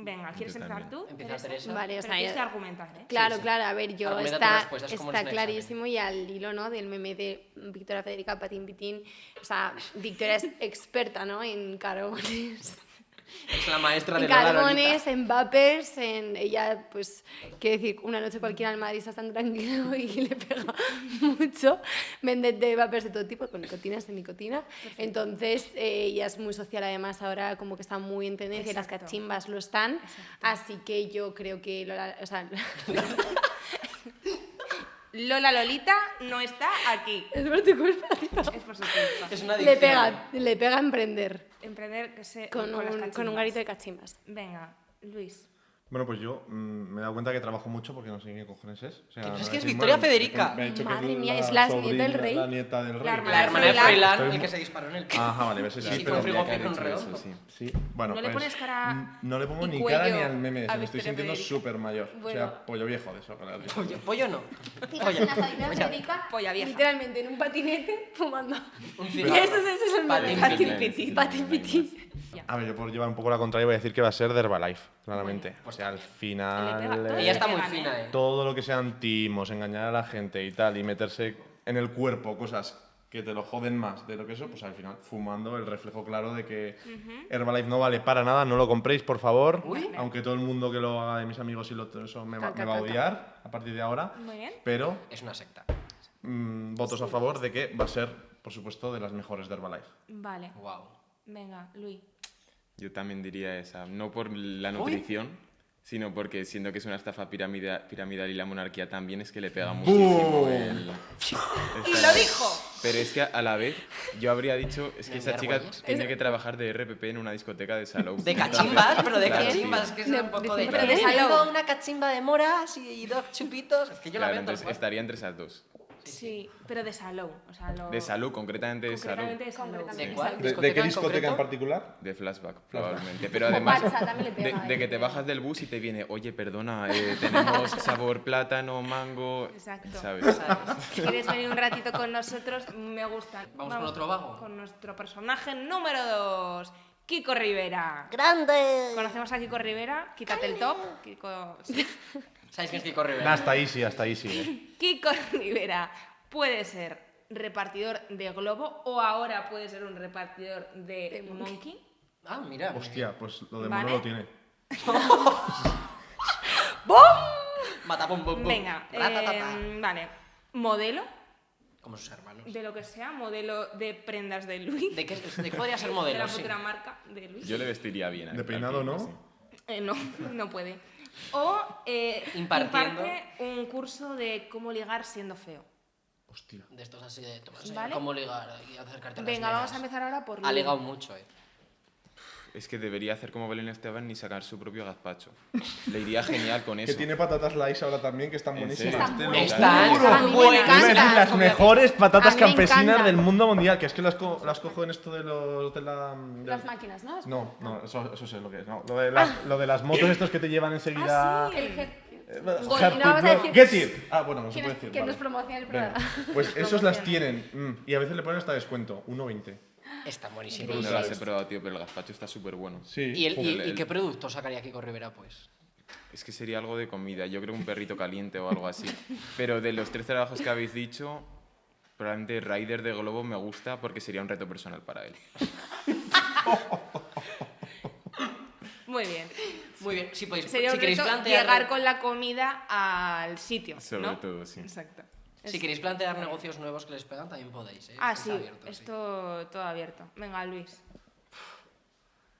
Speaker 3: Venga, ¿quieres
Speaker 7: Yo
Speaker 3: empezar tú?
Speaker 7: también.
Speaker 4: Empieza Teresa.
Speaker 6: Vale, o
Speaker 3: Pero
Speaker 6: sea,
Speaker 3: tienes que
Speaker 6: ya-
Speaker 3: argumentar, ¿eh?
Speaker 6: claro,
Speaker 4: sí.
Speaker 6: claro, a ver, yo
Speaker 4: Argumenta tus
Speaker 6: está,
Speaker 4: respuestas como en
Speaker 6: está
Speaker 4: un
Speaker 6: clarísimo y al hilo, ¿no? Del meme de Victoria Federica Patín Pitín, o sea, Victoria es experta, ¿no? En carbones.
Speaker 4: Es la maestra de
Speaker 6: en
Speaker 4: Lola Lolita.
Speaker 6: Carbones, en vapers, en ella, pues, quiero decir, una noche cualquiera en Madrid está tan tranquilo [LAUGHS] y le pega mucho. Vende de vapers de todo tipo, con nicotina, sin nicotina. Entonces, eh, ella es muy social, además, ahora como que está muy en tendencia, y las
Speaker 3: Exacto.
Speaker 6: cachimbas lo están. Así que yo creo que, Lola- o sea, [LAUGHS]
Speaker 3: Lola Lolita no está aquí.
Speaker 6: es por tu culpa, tío.
Speaker 3: Es por supuesto.
Speaker 4: Es una
Speaker 6: Le
Speaker 4: adicción. ¿eh?
Speaker 6: pega, le pega a emprender
Speaker 3: Emprender que se
Speaker 6: con,
Speaker 3: las
Speaker 6: un, con un
Speaker 3: cachimbas.
Speaker 6: garito de cachimbas.
Speaker 3: Venga, Luis.
Speaker 5: Bueno, pues yo mm, me he dado cuenta que trabajo mucho porque no sé qué cojones es. O sea,
Speaker 4: Que no es
Speaker 5: me
Speaker 4: que es
Speaker 5: decís,
Speaker 4: Victoria
Speaker 5: bueno,
Speaker 4: Federica.
Speaker 5: me ha dicho que
Speaker 6: Madre mía,
Speaker 5: la
Speaker 6: es la
Speaker 5: sobrina-
Speaker 6: nieta del rey.
Speaker 5: La nieta del rey.
Speaker 3: La hermana
Speaker 4: La hermana de
Speaker 3: Froilán.
Speaker 4: Froilán, el
Speaker 5: Estoy-
Speaker 4: que se disparó en el [LAUGHS]
Speaker 7: Ah,
Speaker 4: pie.
Speaker 5: Ajá, vale, a ver si
Speaker 4: Sí,
Speaker 5: sí,
Speaker 4: sí,
Speaker 5: pero
Speaker 4: fue
Speaker 7: Tendría que
Speaker 4: frigopico
Speaker 7: haber
Speaker 4: en
Speaker 7: hecho eso,
Speaker 4: redondo.
Speaker 7: sí.
Speaker 5: Sí, bueno,
Speaker 3: No le
Speaker 5: pues,
Speaker 3: pones cara
Speaker 5: mm, No le pongo
Speaker 3: y
Speaker 5: ni cara ni
Speaker 3: cuello
Speaker 5: al meme, ese,
Speaker 3: a
Speaker 5: me estoy
Speaker 3: Victoria
Speaker 5: sintiendo
Speaker 3: Federica.
Speaker 5: súper mayor.
Speaker 6: Bueno.
Speaker 5: O sea, pollo viejo de eso. con la-
Speaker 4: Pollo, pollo no.
Speaker 6: ¿Te
Speaker 4: Pollo,
Speaker 6: imaginas a Victoria
Speaker 4: pollo.
Speaker 6: Federica
Speaker 3: Polla vieja.
Speaker 6: literalmente en un patinete [LAUGHS] fumando?
Speaker 7: [LAUGHS]
Speaker 4: Un
Speaker 6: Y
Speaker 4: cigarro.
Speaker 6: ese, es- ese es el meme.
Speaker 4: Patín
Speaker 6: Patín
Speaker 7: pitín.
Speaker 6: pitín. Patín pitín.
Speaker 5: A ver, yo por llevar un poco la contraria voy a decir que va a ser de Herbalife, claramente. o sea, al
Speaker 3: Le pega
Speaker 5: final...
Speaker 3: todo.
Speaker 5: eh,
Speaker 4: Ella está
Speaker 3: Le
Speaker 4: muy
Speaker 3: pegan,
Speaker 4: fina, eh.
Speaker 5: todo lo que sean timos, engañar a la gente y tal, y meterse en el cuerpo cosas que te lo joden más de lo que eso, pues al final fumando el reflejo claro de que Herbalife no vale para nada, no lo compréis, por favor. Aunque todo el mundo que lo haga de mis amigos y lo, eso me, va-
Speaker 6: Caca,
Speaker 5: me va a
Speaker 6: caca.
Speaker 5: odiar a partir de ahora.
Speaker 3: Muy bien.
Speaker 5: Pero
Speaker 4: Es una secta.
Speaker 5: mm, votos a favor de que va a ser, por supuesto, de las mejores de Herbalife.
Speaker 3: Vale.
Speaker 4: Wow.
Speaker 3: Venga, Luis.
Speaker 7: Yo también diría esa, no por la nutrición, sino porque siento que es una estafa piramida- piramidal y la monarquía también es que le pega muchísimo. el-
Speaker 3: ¡Y
Speaker 7: esta-
Speaker 3: lo dijo!
Speaker 7: Pero es que a la vez yo habría dicho, es que
Speaker 4: Me
Speaker 7: esa chica
Speaker 4: avergüenza.
Speaker 7: tiene que trabajar de RPP en una discoteca de salón.
Speaker 4: De
Speaker 7: Entonces,
Speaker 4: cachimbas, pero de
Speaker 7: claro,
Speaker 4: cachimbas,
Speaker 7: tío.
Speaker 4: que es un poco de...
Speaker 6: de-
Speaker 7: Pero
Speaker 4: Yo
Speaker 3: salón.
Speaker 4: tengo una cachimba de moras y, y dos chupitos. Es que yo la
Speaker 7: Claro,
Speaker 4: veo tal
Speaker 7: entonces
Speaker 4: cual.
Speaker 7: estaría entre esas dos.
Speaker 4: Sí, sí,
Speaker 3: Sí, pero de salón. O sea, lo-
Speaker 7: De salud, concretamente de salud.
Speaker 3: Concretamente de salón.
Speaker 6: Concretamente.
Speaker 4: ¿De cuál?
Speaker 5: ¿De, de qué
Speaker 2: ¿Discoteca en
Speaker 5: discoteca en
Speaker 2: concreto?
Speaker 5: particular?
Speaker 7: De flashback,
Speaker 6: [LAUGHS]
Speaker 7: probablemente. Pero además,
Speaker 6: Marcha, también le
Speaker 7: de,
Speaker 6: pega,
Speaker 7: de
Speaker 6: ¿eh?
Speaker 7: que te bajas del bus y te viene, oye, perdona, eh,
Speaker 6: [LAUGHS]
Speaker 7: tenemos sabor plátano, mango.
Speaker 3: Exacto.
Speaker 7: ¿Sabes?
Speaker 3: ¿Quieres venir un ratito con nosotros? Me gusta.
Speaker 4: Vamos con otro vago.
Speaker 3: Con nuestro personaje número 2, Kiko Rivera.
Speaker 4: ¡Grande!
Speaker 3: Conocemos a Kiko Rivera, quítate el top. Kiko, sí.
Speaker 4: ¿Sabéis quién es Kiko Rivera?
Speaker 5: Nah, hasta ahí sí, eh. hasta ahí sí.
Speaker 3: Kiko [LAUGHS] Rivera puede ser repartidor de globo o ahora puede ser un repartidor de,
Speaker 6: De
Speaker 3: monkey.
Speaker 6: monkey.
Speaker 4: Ah, mira.
Speaker 5: Hostia, pues lo de
Speaker 3: Vale.
Speaker 5: Manolo lo tiene.
Speaker 4: Mata, bum, bum, bum.
Speaker 3: Venga,
Speaker 4: Ratatata.
Speaker 3: eh, vale. Modelo,
Speaker 4: Como sus hermanos.
Speaker 3: de lo que sea, modelo de prendas de Luis.
Speaker 4: ¿De qué, de qué podría ser
Speaker 3: de
Speaker 4: modelo?
Speaker 3: la
Speaker 4: Sí.
Speaker 3: futura marca de Luis.
Speaker 7: Yo le vestiría bien. a-
Speaker 5: De
Speaker 7: al
Speaker 5: peinado,
Speaker 7: Kiko,
Speaker 5: ¿no?
Speaker 7: sí.
Speaker 3: Eh, no, [LAUGHS] no puede. O eh,
Speaker 4: Impartiendo.
Speaker 3: imparte un curso de cómo ligar siendo feo.
Speaker 5: Hostia.
Speaker 4: De estos así de tomar
Speaker 3: Vale.
Speaker 4: ¿Cómo ligar y acercarte a las
Speaker 3: Venga, vamos
Speaker 4: nenas?
Speaker 3: a empezar ahora por
Speaker 4: Ha
Speaker 3: Luis.
Speaker 4: ligado mucho, eh.
Speaker 7: Es que debería hacer como Belén Esteban y sacar su propio gazpacho. Le iría genial con
Speaker 5: [LAUGHS]
Speaker 7: eso.
Speaker 5: Que tiene patatas Lice ahora también, que están
Speaker 7: ¿En
Speaker 5: buenísimas.
Speaker 7: serio?
Speaker 5: Te lo
Speaker 4: Están
Speaker 5: juro.
Speaker 6: A mí
Speaker 4: muy
Speaker 6: me
Speaker 4: buenas.
Speaker 6: encantan.
Speaker 5: Unas de las mejores
Speaker 6: A
Speaker 5: patatas
Speaker 6: mí me
Speaker 5: campesinas
Speaker 6: encantan.
Speaker 5: del mundo mundial, que es que las, co- las cojo en esto de los... De la, de-
Speaker 6: Las Ah. máquinas, ¿no?
Speaker 5: No, no, eso, eso sé lo que es. no. Lo, de las, lo de las motos estos que te llevan enseguida...
Speaker 3: Ah, sí.
Speaker 6: El head-
Speaker 5: Eh, bueno,
Speaker 6: Bueno,
Speaker 5: Hard
Speaker 6: y no
Speaker 5: to
Speaker 6: vamos a
Speaker 5: Blow.
Speaker 6: decir-
Speaker 5: Get it. Ah, bueno, no se
Speaker 6: ¿Quién
Speaker 5: puede
Speaker 6: es-
Speaker 5: decir.
Speaker 6: que
Speaker 5: vale.
Speaker 6: nos promociona el
Speaker 5: Venga,
Speaker 6: programa? [LAUGHS]
Speaker 5: Pues esos las tienen. mm, y a veces le ponen hasta descuento, 1,20.
Speaker 4: Están buenísimos.
Speaker 7: No las he probado, tío, pero el gazpacho está súper bueno.
Speaker 5: Sí.
Speaker 4: ¿Y, el- y-
Speaker 7: Joder,
Speaker 4: y
Speaker 7: el-
Speaker 4: qué producto sacaría Kiko Rivera, pues?
Speaker 7: Es que sería algo de comida, yo creo un perrito caliente o algo así. Pero de los tres trabajos que habéis dicho, probablemente Rider de Globo me gusta porque sería un reto personal para él.
Speaker 3: Muy bien.
Speaker 4: Muy bien, si podéis,
Speaker 3: Sería
Speaker 4: si
Speaker 3: un
Speaker 4: queréis
Speaker 3: reto
Speaker 4: plantear,
Speaker 3: llegar con la comida al sitio.
Speaker 7: Sobre
Speaker 3: ¿no?
Speaker 7: todo, sí.
Speaker 3: Exacto.
Speaker 4: si queréis plantear negocios nuevos que les pegan, también podéis, eh.
Speaker 3: Ah,
Speaker 4: Está
Speaker 3: sí,
Speaker 4: abierto, sí.
Speaker 3: esto todo abierto. Venga, Luis,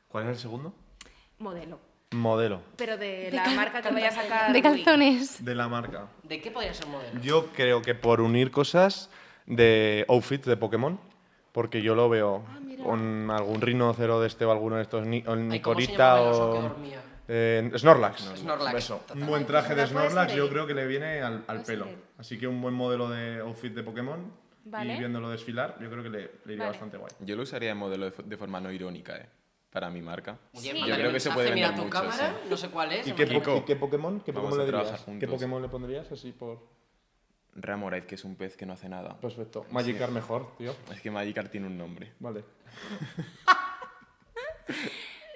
Speaker 5: ¿Cuál es el segundo?
Speaker 3: modelo.
Speaker 5: Modelo.
Speaker 3: Pero de, la marca que vaya a sacar.
Speaker 6: De
Speaker 3: Luis.
Speaker 6: calzones.
Speaker 5: De la marca.
Speaker 4: ¿De qué podría ser modelo?
Speaker 5: Yo creo que por unir cosas de outfit de Pokémon, porque yo lo veo
Speaker 3: Ah,
Speaker 5: con algún rinocero de este o alguno de estos, ni, o el
Speaker 4: Ay, ¿cómo se
Speaker 5: Nicorita
Speaker 4: llamaba el oso que
Speaker 5: o...
Speaker 4: dormía?
Speaker 5: eh, Snorlax.
Speaker 4: Snorlax,
Speaker 5: Eso.
Speaker 4: total.
Speaker 5: Un buen traje de
Speaker 3: No puede
Speaker 5: Snorlax
Speaker 3: ser
Speaker 5: yo
Speaker 3: él.
Speaker 5: creo que le viene al, al
Speaker 3: Puede ser
Speaker 5: pelo.
Speaker 3: él.
Speaker 5: Así que un buen modelo de outfit de Pokémon
Speaker 3: Vale.
Speaker 5: y viéndolo desfilar, yo creo que le, le iría
Speaker 3: Vale.
Speaker 5: bastante guay.
Speaker 7: Yo lo usaría de modelo de, fo- de forma no irónica, ¿eh? Para mi marca.
Speaker 4: Muy bien,
Speaker 7: Yo
Speaker 4: mándale
Speaker 7: creo que se
Speaker 4: mensaje,
Speaker 7: puede
Speaker 4: mira
Speaker 7: vender
Speaker 4: tu
Speaker 7: mucho,
Speaker 4: cámara,
Speaker 7: sí.
Speaker 4: no sé cuál es.
Speaker 5: ¿Y qué,
Speaker 4: imagino.
Speaker 5: po-
Speaker 7: Kiko.
Speaker 5: y qué Pokémon, qué
Speaker 7: Vamos
Speaker 5: Pokémon
Speaker 7: a
Speaker 5: le
Speaker 7: trabajar
Speaker 5: dirías? ¿Qué
Speaker 7: juntos.
Speaker 5: Pokémon le pondrías así por
Speaker 7: Ramorez, que es un pez que no hace nada.
Speaker 5: perfecto? Magikarp mejor, tío.
Speaker 7: Es que Magikarp tiene un nombre.
Speaker 5: Vale.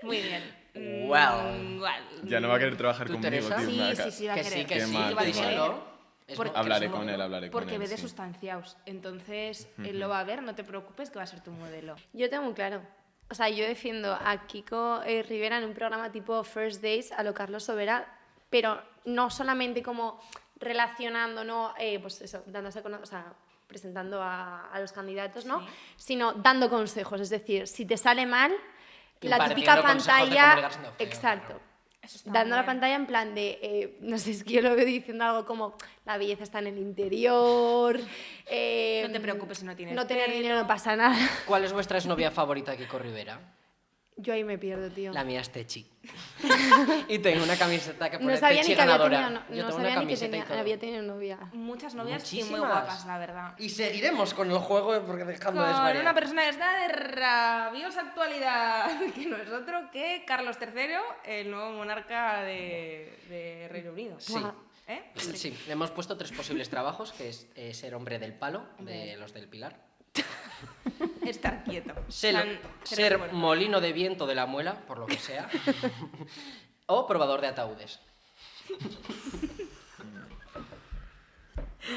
Speaker 3: Muy bien. Mm,
Speaker 4: Wow.
Speaker 3: guau.
Speaker 7: Ya no va a querer trabajar
Speaker 4: Mm. ¿Tú,
Speaker 7: conmigo,
Speaker 4: Teresa?
Speaker 7: tío.
Speaker 3: Sí,
Speaker 7: me va a
Speaker 3: sí,
Speaker 7: ca-
Speaker 3: sí, va a
Speaker 4: Que
Speaker 3: querer.
Speaker 4: sí, que
Speaker 7: Qué
Speaker 4: sí,
Speaker 7: mal,
Speaker 4: va
Speaker 7: qué
Speaker 4: díselo.
Speaker 3: mal.
Speaker 4: Es
Speaker 3: Porque-
Speaker 4: modelo,
Speaker 7: Hablaré
Speaker 4: es
Speaker 7: con
Speaker 4: modelo.
Speaker 7: él, hablaré con él.
Speaker 3: Porque ve de
Speaker 7: sí.
Speaker 3: sustanciados. Entonces, él lo va a ver, no te preocupes que va a ser tu modelo.
Speaker 6: Yo tengo muy claro. O sea, yo defiendo a Kiko eh, Rivera en un programa tipo First Days a lo Carlos Sobera, pero no solamente como relacionando, ¿no? Eh, pues eso, dándose a cono- o sea, presentando a, a los candidatos, ¿no? Sino dando consejos. Es decir, si te sale mal, la
Speaker 4: Impartiendo
Speaker 6: típica
Speaker 4: consejos de cómo
Speaker 6: pantalla.
Speaker 4: ligar siendo feo,
Speaker 6: Exacto.
Speaker 4: claro.
Speaker 3: Eso está muy
Speaker 6: Dando la
Speaker 3: bien.
Speaker 6: pantalla en plan de, eh, no sé, es que yo lo veo diciendo algo como la belleza está en el interior. eh,
Speaker 3: No te preocupes si no tienes
Speaker 6: No tener
Speaker 3: pelo.
Speaker 6: dinero no pasa nada.
Speaker 4: ¿Cuál es vuestra exnovia favorita, Kiko Rivera?
Speaker 6: Yo ahí me pierdo, tío.
Speaker 4: La mía es
Speaker 6: [LAUGHS]
Speaker 4: Techi. y tengo una camiseta que
Speaker 6: no
Speaker 4: pone
Speaker 6: sabía
Speaker 4: Techi
Speaker 6: ni que había
Speaker 4: ganadora.
Speaker 6: tenido,
Speaker 4: Yo
Speaker 6: no, no
Speaker 4: tengo una
Speaker 6: sabía ni que
Speaker 4: camiseta y
Speaker 6: tenía,
Speaker 4: todo.
Speaker 6: había tenido novia.
Speaker 3: Muchas novias y muy
Speaker 4: Muchísimas.
Speaker 3: guapas, la verdad.
Speaker 4: Y seguiremos con el juego porque dejando de
Speaker 3: Con
Speaker 4: desvariar.
Speaker 3: una persona que está de rabiosa actualidad, [LAUGHS] que no es otro que Carlos III, el nuevo monarca de, de Reino Unido.
Speaker 4: Sí.
Speaker 3: ¿Eh?
Speaker 4: Sí, le hemos puesto tres posibles trabajos, que es eh, ser hombre del palo, de los del pilar.
Speaker 3: Estar quieto.
Speaker 4: Ser,
Speaker 3: Tan-
Speaker 4: ser
Speaker 3: bueno.
Speaker 4: molino de viento de la muela, por lo que
Speaker 6: [LAUGHS]
Speaker 4: sea. o probador de ataúdes.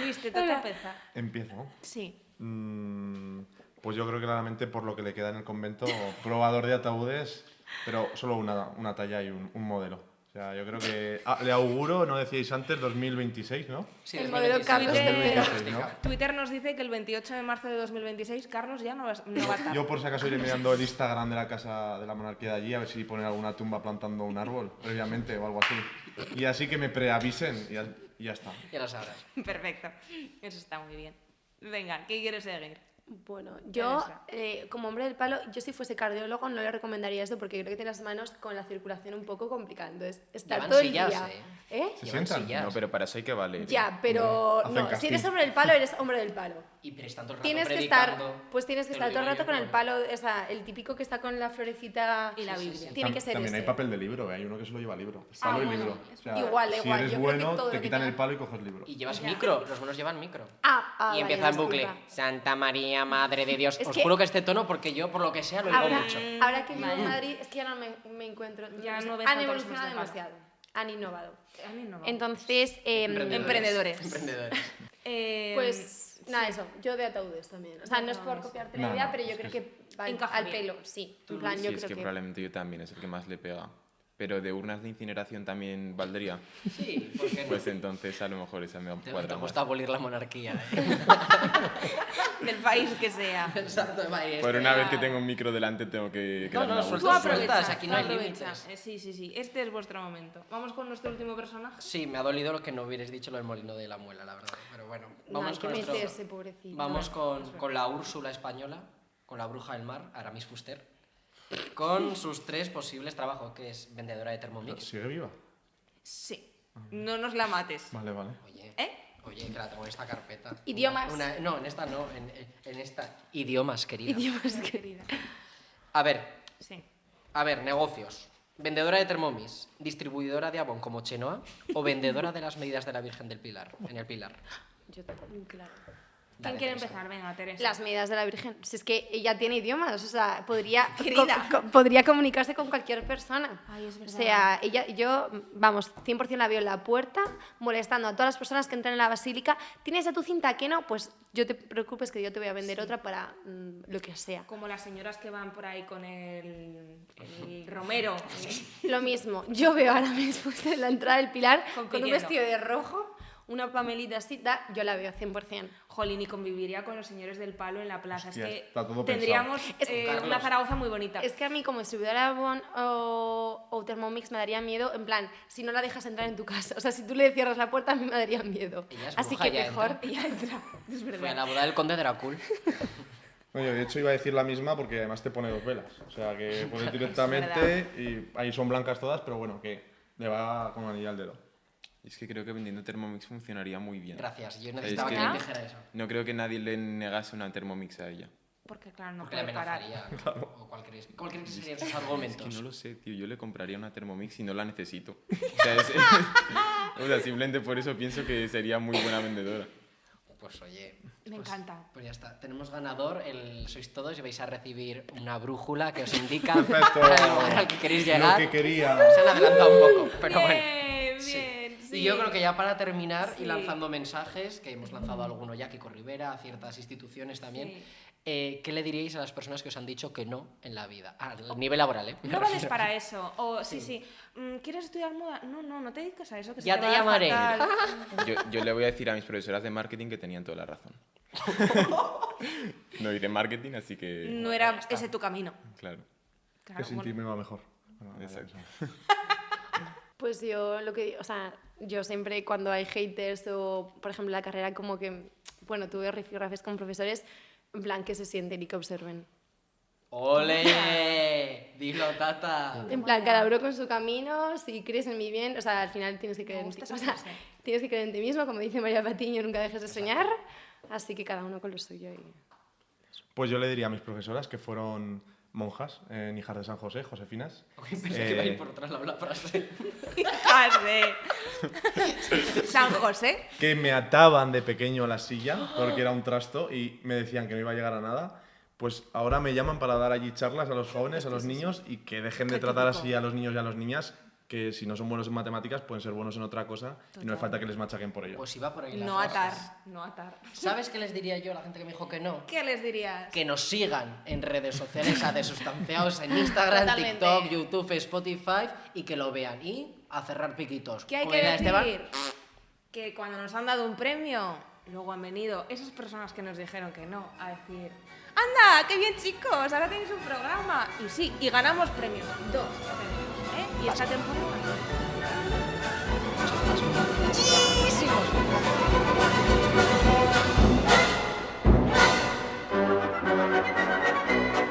Speaker 3: Luis, te toca empezar.
Speaker 5: Empiezo.
Speaker 3: Sí.
Speaker 5: Mm, Pues yo creo que claramente por lo que le queda en el convento, [LAUGHS] probador de ataúdes, pero solo una, una talla y un, un modelo. O sea, yo creo que ah, le auguro, no decíais antes, 2026, ¿no?
Speaker 4: Sí,
Speaker 6: El
Speaker 4: desde
Speaker 6: modelo
Speaker 4: 26.
Speaker 6: Carlos
Speaker 3: Twitter,
Speaker 6: III.
Speaker 5: 2026, ¿no?
Speaker 3: Twitter nos dice que el 28 de marzo de 2026 Carlos ya no va, no va a estar. [LAUGHS]
Speaker 5: Yo por si acaso iré mirando el Instagram de la casa de la monarquía de allí a ver si ponen alguna tumba plantando un árbol previamente o algo así. Y así que me preavisen y ya, y ya está.
Speaker 4: Ya lo sabrás.
Speaker 3: Perfecto. Eso está muy bien. Venga, ¿qué quieres seguir?
Speaker 6: Bueno, yo,
Speaker 3: Teresa.
Speaker 6: eh, como hombre del palo, yo si fuese cardiólogo no le recomendaría esto porque creo que tiene las manos con la circulación un poco complicada. Entonces, estar
Speaker 4: Llevan
Speaker 6: todo el
Speaker 4: sillas,
Speaker 6: día. ¿Eh?
Speaker 5: ¿Se
Speaker 4: Llevan
Speaker 5: sientan?
Speaker 4: sillas.
Speaker 7: No, pero para eso hay que valer. ¿eh?
Speaker 6: Ya, pero
Speaker 5: Hacen
Speaker 6: no, si
Speaker 5: casting.
Speaker 6: eres hombre del palo, eres hombre del palo.
Speaker 4: Y pero están todo el rato
Speaker 6: Tienes que estar,
Speaker 4: predicando.
Speaker 6: pues tienes que
Speaker 4: Te lo
Speaker 6: estar todo el
Speaker 4: digo
Speaker 6: rato
Speaker 4: yo,
Speaker 6: con el
Speaker 4: ¿no?
Speaker 6: palo, o sea, el típico que está con la florecita
Speaker 1: Y la Biblia.
Speaker 6: Tiene que
Speaker 5: Tam-
Speaker 6: ser
Speaker 5: También
Speaker 6: ese. Ah,
Speaker 5: hay papel de libro, ¿eh? hay uno que solo lleva libro. Palo y
Speaker 6: bueno,
Speaker 5: libro. O sea,
Speaker 6: Igual,
Speaker 5: si
Speaker 6: igual,
Speaker 5: eres
Speaker 6: yo creo que
Speaker 5: bueno,
Speaker 6: todo
Speaker 5: te
Speaker 6: lo que
Speaker 5: quitan
Speaker 6: tenga-
Speaker 5: el palo y coges libro.
Speaker 4: Y llevas micro, los buenos llevan micro.
Speaker 6: Ah, ah,
Speaker 4: y
Speaker 6: vale,
Speaker 4: empieza en bucle.
Speaker 6: disculpa.
Speaker 4: Santa María, Madre de Dios.
Speaker 6: Es
Speaker 4: Os
Speaker 6: que-
Speaker 4: juro que este tono, porque yo, por lo que sea, lo digo
Speaker 6: Ahora,
Speaker 4: mucho.
Speaker 6: ahora que vivo en Madrid, es que ya no me, me encuentro.
Speaker 3: Ya no ves
Speaker 6: han
Speaker 3: tanto a los hombres
Speaker 6: evolucionado
Speaker 3: de palo.
Speaker 6: demasiado, han innovado.
Speaker 3: Han innovado.
Speaker 6: Entonces, em,
Speaker 3: Emprendedores.
Speaker 4: Emprendedores.
Speaker 3: Eh,
Speaker 6: Pues nada, eso, yo de ataúdes también. O sea, no es por copiarte la
Speaker 5: No,
Speaker 6: idea,
Speaker 5: no,
Speaker 6: pero yo
Speaker 5: es
Speaker 6: creo
Speaker 5: que
Speaker 6: que va
Speaker 3: Encaja
Speaker 6: al
Speaker 3: bien.
Speaker 6: pelo, sí. En plan,
Speaker 7: Sí,
Speaker 6: yo
Speaker 7: es que,
Speaker 6: creo que...
Speaker 7: probablemente yo también es el que más le pega. Pero de urnas de incineración también valdría.
Speaker 4: Sí, porque no.
Speaker 7: Pues entonces a lo mejor esa me
Speaker 4: Te-
Speaker 7: cuadra
Speaker 4: te
Speaker 7: más.
Speaker 4: gusta abolir la monarquía. ¿eh?
Speaker 3: Em, Del país
Speaker 4: [LAUGHS]
Speaker 3: que sea.
Speaker 4: Exacto, va, es
Speaker 7: Por
Speaker 4: que-
Speaker 7: una vez que tengo un micro delante tengo que...
Speaker 4: No,
Speaker 7: quedarme
Speaker 4: no,
Speaker 7: a
Speaker 4: suelta,
Speaker 3: Tú
Speaker 7: gusto.
Speaker 4: suelta,
Speaker 3: aprovechas,
Speaker 4: aquí no hay
Speaker 3: aprovecha.
Speaker 4: límites.
Speaker 3: Eh, Sí, sí, sí. Este es vuestro momento. Vamos con nuestro último personaje.
Speaker 4: Sí, me ha dolido lo que no hubierais dicho lo del molino de la muela, la verdad. Pero bueno,
Speaker 6: Nah,
Speaker 4: vamos
Speaker 6: hay que
Speaker 4: con nuestro-
Speaker 6: meterse, pobrecito.
Speaker 4: Vamos
Speaker 6: ¿eh? [LAUGHS] Es
Speaker 4: con,
Speaker 6: verdad.
Speaker 4: con la Úrsula española, con la bruja del mar, Aramis Fuster, con sus tres posibles trabajos, que es vendedora de Thermomix.
Speaker 5: ¿Sigue viva?
Speaker 3: Sí. No nos la mates.
Speaker 5: Vale, vale.
Speaker 4: Oye,
Speaker 3: ¿Eh?
Speaker 4: oye, que la tengo en esta carpeta. Una-
Speaker 6: Idiomas.
Speaker 4: una- no, en esta no, en, en esta. Idiomas, querida.
Speaker 6: Idiomas, Pues querida.
Speaker 4: A ver,
Speaker 3: Sí.
Speaker 4: a ver, negocios. Vendedora de Thermomix, distribuidora de Avon como Chenoa o vendedora de las medidas de la Virgen del Pilar, en el Pilar.
Speaker 6: Yo, claro.
Speaker 4: Dale,
Speaker 3: ¿Quién quiere
Speaker 4: Teresa.
Speaker 3: empezar? Venga, Teresa.
Speaker 6: Las medidas de la Virgen. Si es que ella tiene idiomas, o sea, podría,
Speaker 3: [LAUGHS] Querida.
Speaker 6: co- co- podría comunicarse con cualquier persona.
Speaker 3: Ay, es verdad.
Speaker 6: O sea, ella, yo, vamos, 100% la veo en la puerta, molestando a todas las personas que entran en la basílica. ¿Tienes ya tu cinta? que no? Pues yo te preocupes que yo te voy a vender otra para mm, lo que sea.
Speaker 3: Como las señoras que van por ahí con el, el romero.
Speaker 6: Lo mismo, yo veo ahora mismo [LAUGHS] en la entrada del Pilar
Speaker 3: Con
Speaker 6: con, un
Speaker 3: piñero.
Speaker 6: vestido de rojo, una pamelita así, da- yo la veo 100%.
Speaker 3: Jolín, y conviviría con los señores del palo en la plaza.
Speaker 5: Hostia,
Speaker 3: es que
Speaker 5: está todo
Speaker 3: tendríamos
Speaker 6: Es-
Speaker 3: eh,
Speaker 4: Carlos.
Speaker 3: una Zaragoza muy bonita.
Speaker 6: Es que a mí como distribuidora Avon o, o Thermomix me daría miedo, en plan, si no la dejas entrar en tu casa, o sea, si tú le cierras la puerta a mí me daría miedo.
Speaker 4: Ella es
Speaker 6: Así
Speaker 4: bruja,
Speaker 6: que
Speaker 4: ya
Speaker 6: mejor...
Speaker 4: entra.
Speaker 3: Ella
Speaker 6: [LAUGHS]
Speaker 3: entra. Es
Speaker 4: Fue a
Speaker 3: verdad.
Speaker 4: la boda del conde de Dracul. [LAUGHS]
Speaker 5: No, yo de hecho iba a decir la misma porque además te pone dos velas. O sea que puedes directamente y ahí son blancas todas, pero bueno, que le va como anillo al dedo.
Speaker 7: Es que creo que vendiendo Thermomix funcionaría muy bien.
Speaker 4: Gracias, yo
Speaker 7: Es
Speaker 4: necesitaba que
Speaker 7: que-
Speaker 4: alguien dijera eso.
Speaker 7: No creo que nadie le negase una Thermomix a ella.
Speaker 3: Porque claro, no
Speaker 4: Porque le
Speaker 3: puede parar.
Speaker 4: amenazaría. O cuál crees, cuál crees que serían sus argumentos.
Speaker 7: Es que no lo sé, tío. Yo le compraría una Thermomix y no la necesito.
Speaker 3: [LAUGHS]
Speaker 7: O sea, es- [LAUGHS] o sea, simplemente por eso pienso que sería muy buena vendedora.
Speaker 4: Pues oye.
Speaker 3: Me
Speaker 4: pues-
Speaker 3: encanta.
Speaker 4: Pues ya está. Tenemos ganador, el, sois todos y vais a recibir una brújula que os indica
Speaker 5: Perfecto.
Speaker 4: el lugar al que queréis llegar.
Speaker 5: Lo que quería.
Speaker 4: Se han adelantado un poco, pero bueno.
Speaker 3: Bien,
Speaker 4: sí.
Speaker 3: bien, sí.
Speaker 4: Y yo creo que ya para terminar
Speaker 3: Sí.
Speaker 4: y lanzando mensajes, que hemos lanzado alguno ya, Kiko Rivera, a ciertas instituciones también,
Speaker 3: Sí.
Speaker 4: eh, ¿qué le diríais a las personas que os han dicho que no en la vida? A nivel laboral, ¿eh? Me
Speaker 3: No
Speaker 4: [LAUGHS]
Speaker 3: vales
Speaker 4: refiero.
Speaker 3: para eso. O sí, sí. Mm, ¿Quieres estudiar moda? No, no, no te dedicas a eso. Que se
Speaker 4: Ya te
Speaker 3: va a dar
Speaker 4: llamaré.
Speaker 3: fatal.
Speaker 7: Yo, yo le voy a decir a mis profesoras de marketing que tenían toda la
Speaker 3: [LAUGHS]
Speaker 7: razón. No diré marketing, así que.
Speaker 3: No era ese tu camino.
Speaker 7: Claro.
Speaker 3: Claro,
Speaker 5: Que sin
Speaker 3: [LAUGHS]
Speaker 5: ti
Speaker 3: bueno.
Speaker 5: me va mejor. Bueno,
Speaker 7: Exacto.
Speaker 6: Pues yo lo que, o sea, yo siempre cuando hay haters o, por ejemplo, la carrera como que, bueno, tuve rifirrafes con profesores, en plan, que se sienten y que observen.
Speaker 4: ¡Ole! Dilo, tata.
Speaker 6: En plan, cada uno con su camino, si crees en mi bien, o sea, al final tienes que creer en ti.
Speaker 3: gusta
Speaker 6: o
Speaker 3: esa
Speaker 6: sea,
Speaker 3: frase.
Speaker 6: tienes que creer en ti mismo, como dice María Patiño, nunca dejes de soñar. Así que cada uno con lo suyo. Y...
Speaker 5: Pues yo le diría a mis profesoras que fueron monjas en Hijas de San José, Josefinas.
Speaker 4: Pensé que iba a ir
Speaker 5: Eh,
Speaker 4: por atrás la, la frase.
Speaker 3: Hijas
Speaker 5: [LAUGHS]
Speaker 3: de San José.
Speaker 5: que me ataban de pequeño a la silla porque era un trasto y me decían que no iba a llegar a nada, pues ahora me llaman para dar allí charlas a los jóvenes, a los niños y que dejen de tratar así a los niños y a las niñas que si no son buenos en matemáticas pueden ser buenos en otra cosa y no hace falta que les machaquen por ello.
Speaker 4: Pues iba por ahí la
Speaker 3: No
Speaker 4: frase.
Speaker 3: atar. No atar.
Speaker 4: ¿Sabes qué les diría yo a la gente que me dijo que no?
Speaker 3: ¿Qué les dirías?
Speaker 4: Que nos sigan en redes sociales a Desustanciados, en Instagram,
Speaker 3: Totalmente.
Speaker 4: TikTok, YouTube, Spotify y que lo vean. Y a cerrar piquitos.
Speaker 3: ¿Qué hay
Speaker 4: Como
Speaker 3: que
Speaker 4: diría
Speaker 3: decir?
Speaker 4: Esteban,
Speaker 3: Que cuando nos han dado un premio, luego han venido esas personas que nos dijeron que no a decir, anda, qué bien chicos, ahora tenéis un programa. Y sí, y ganamos premios, dos premios, ¿eh? Y esta temporada...
Speaker 4: muchísimos.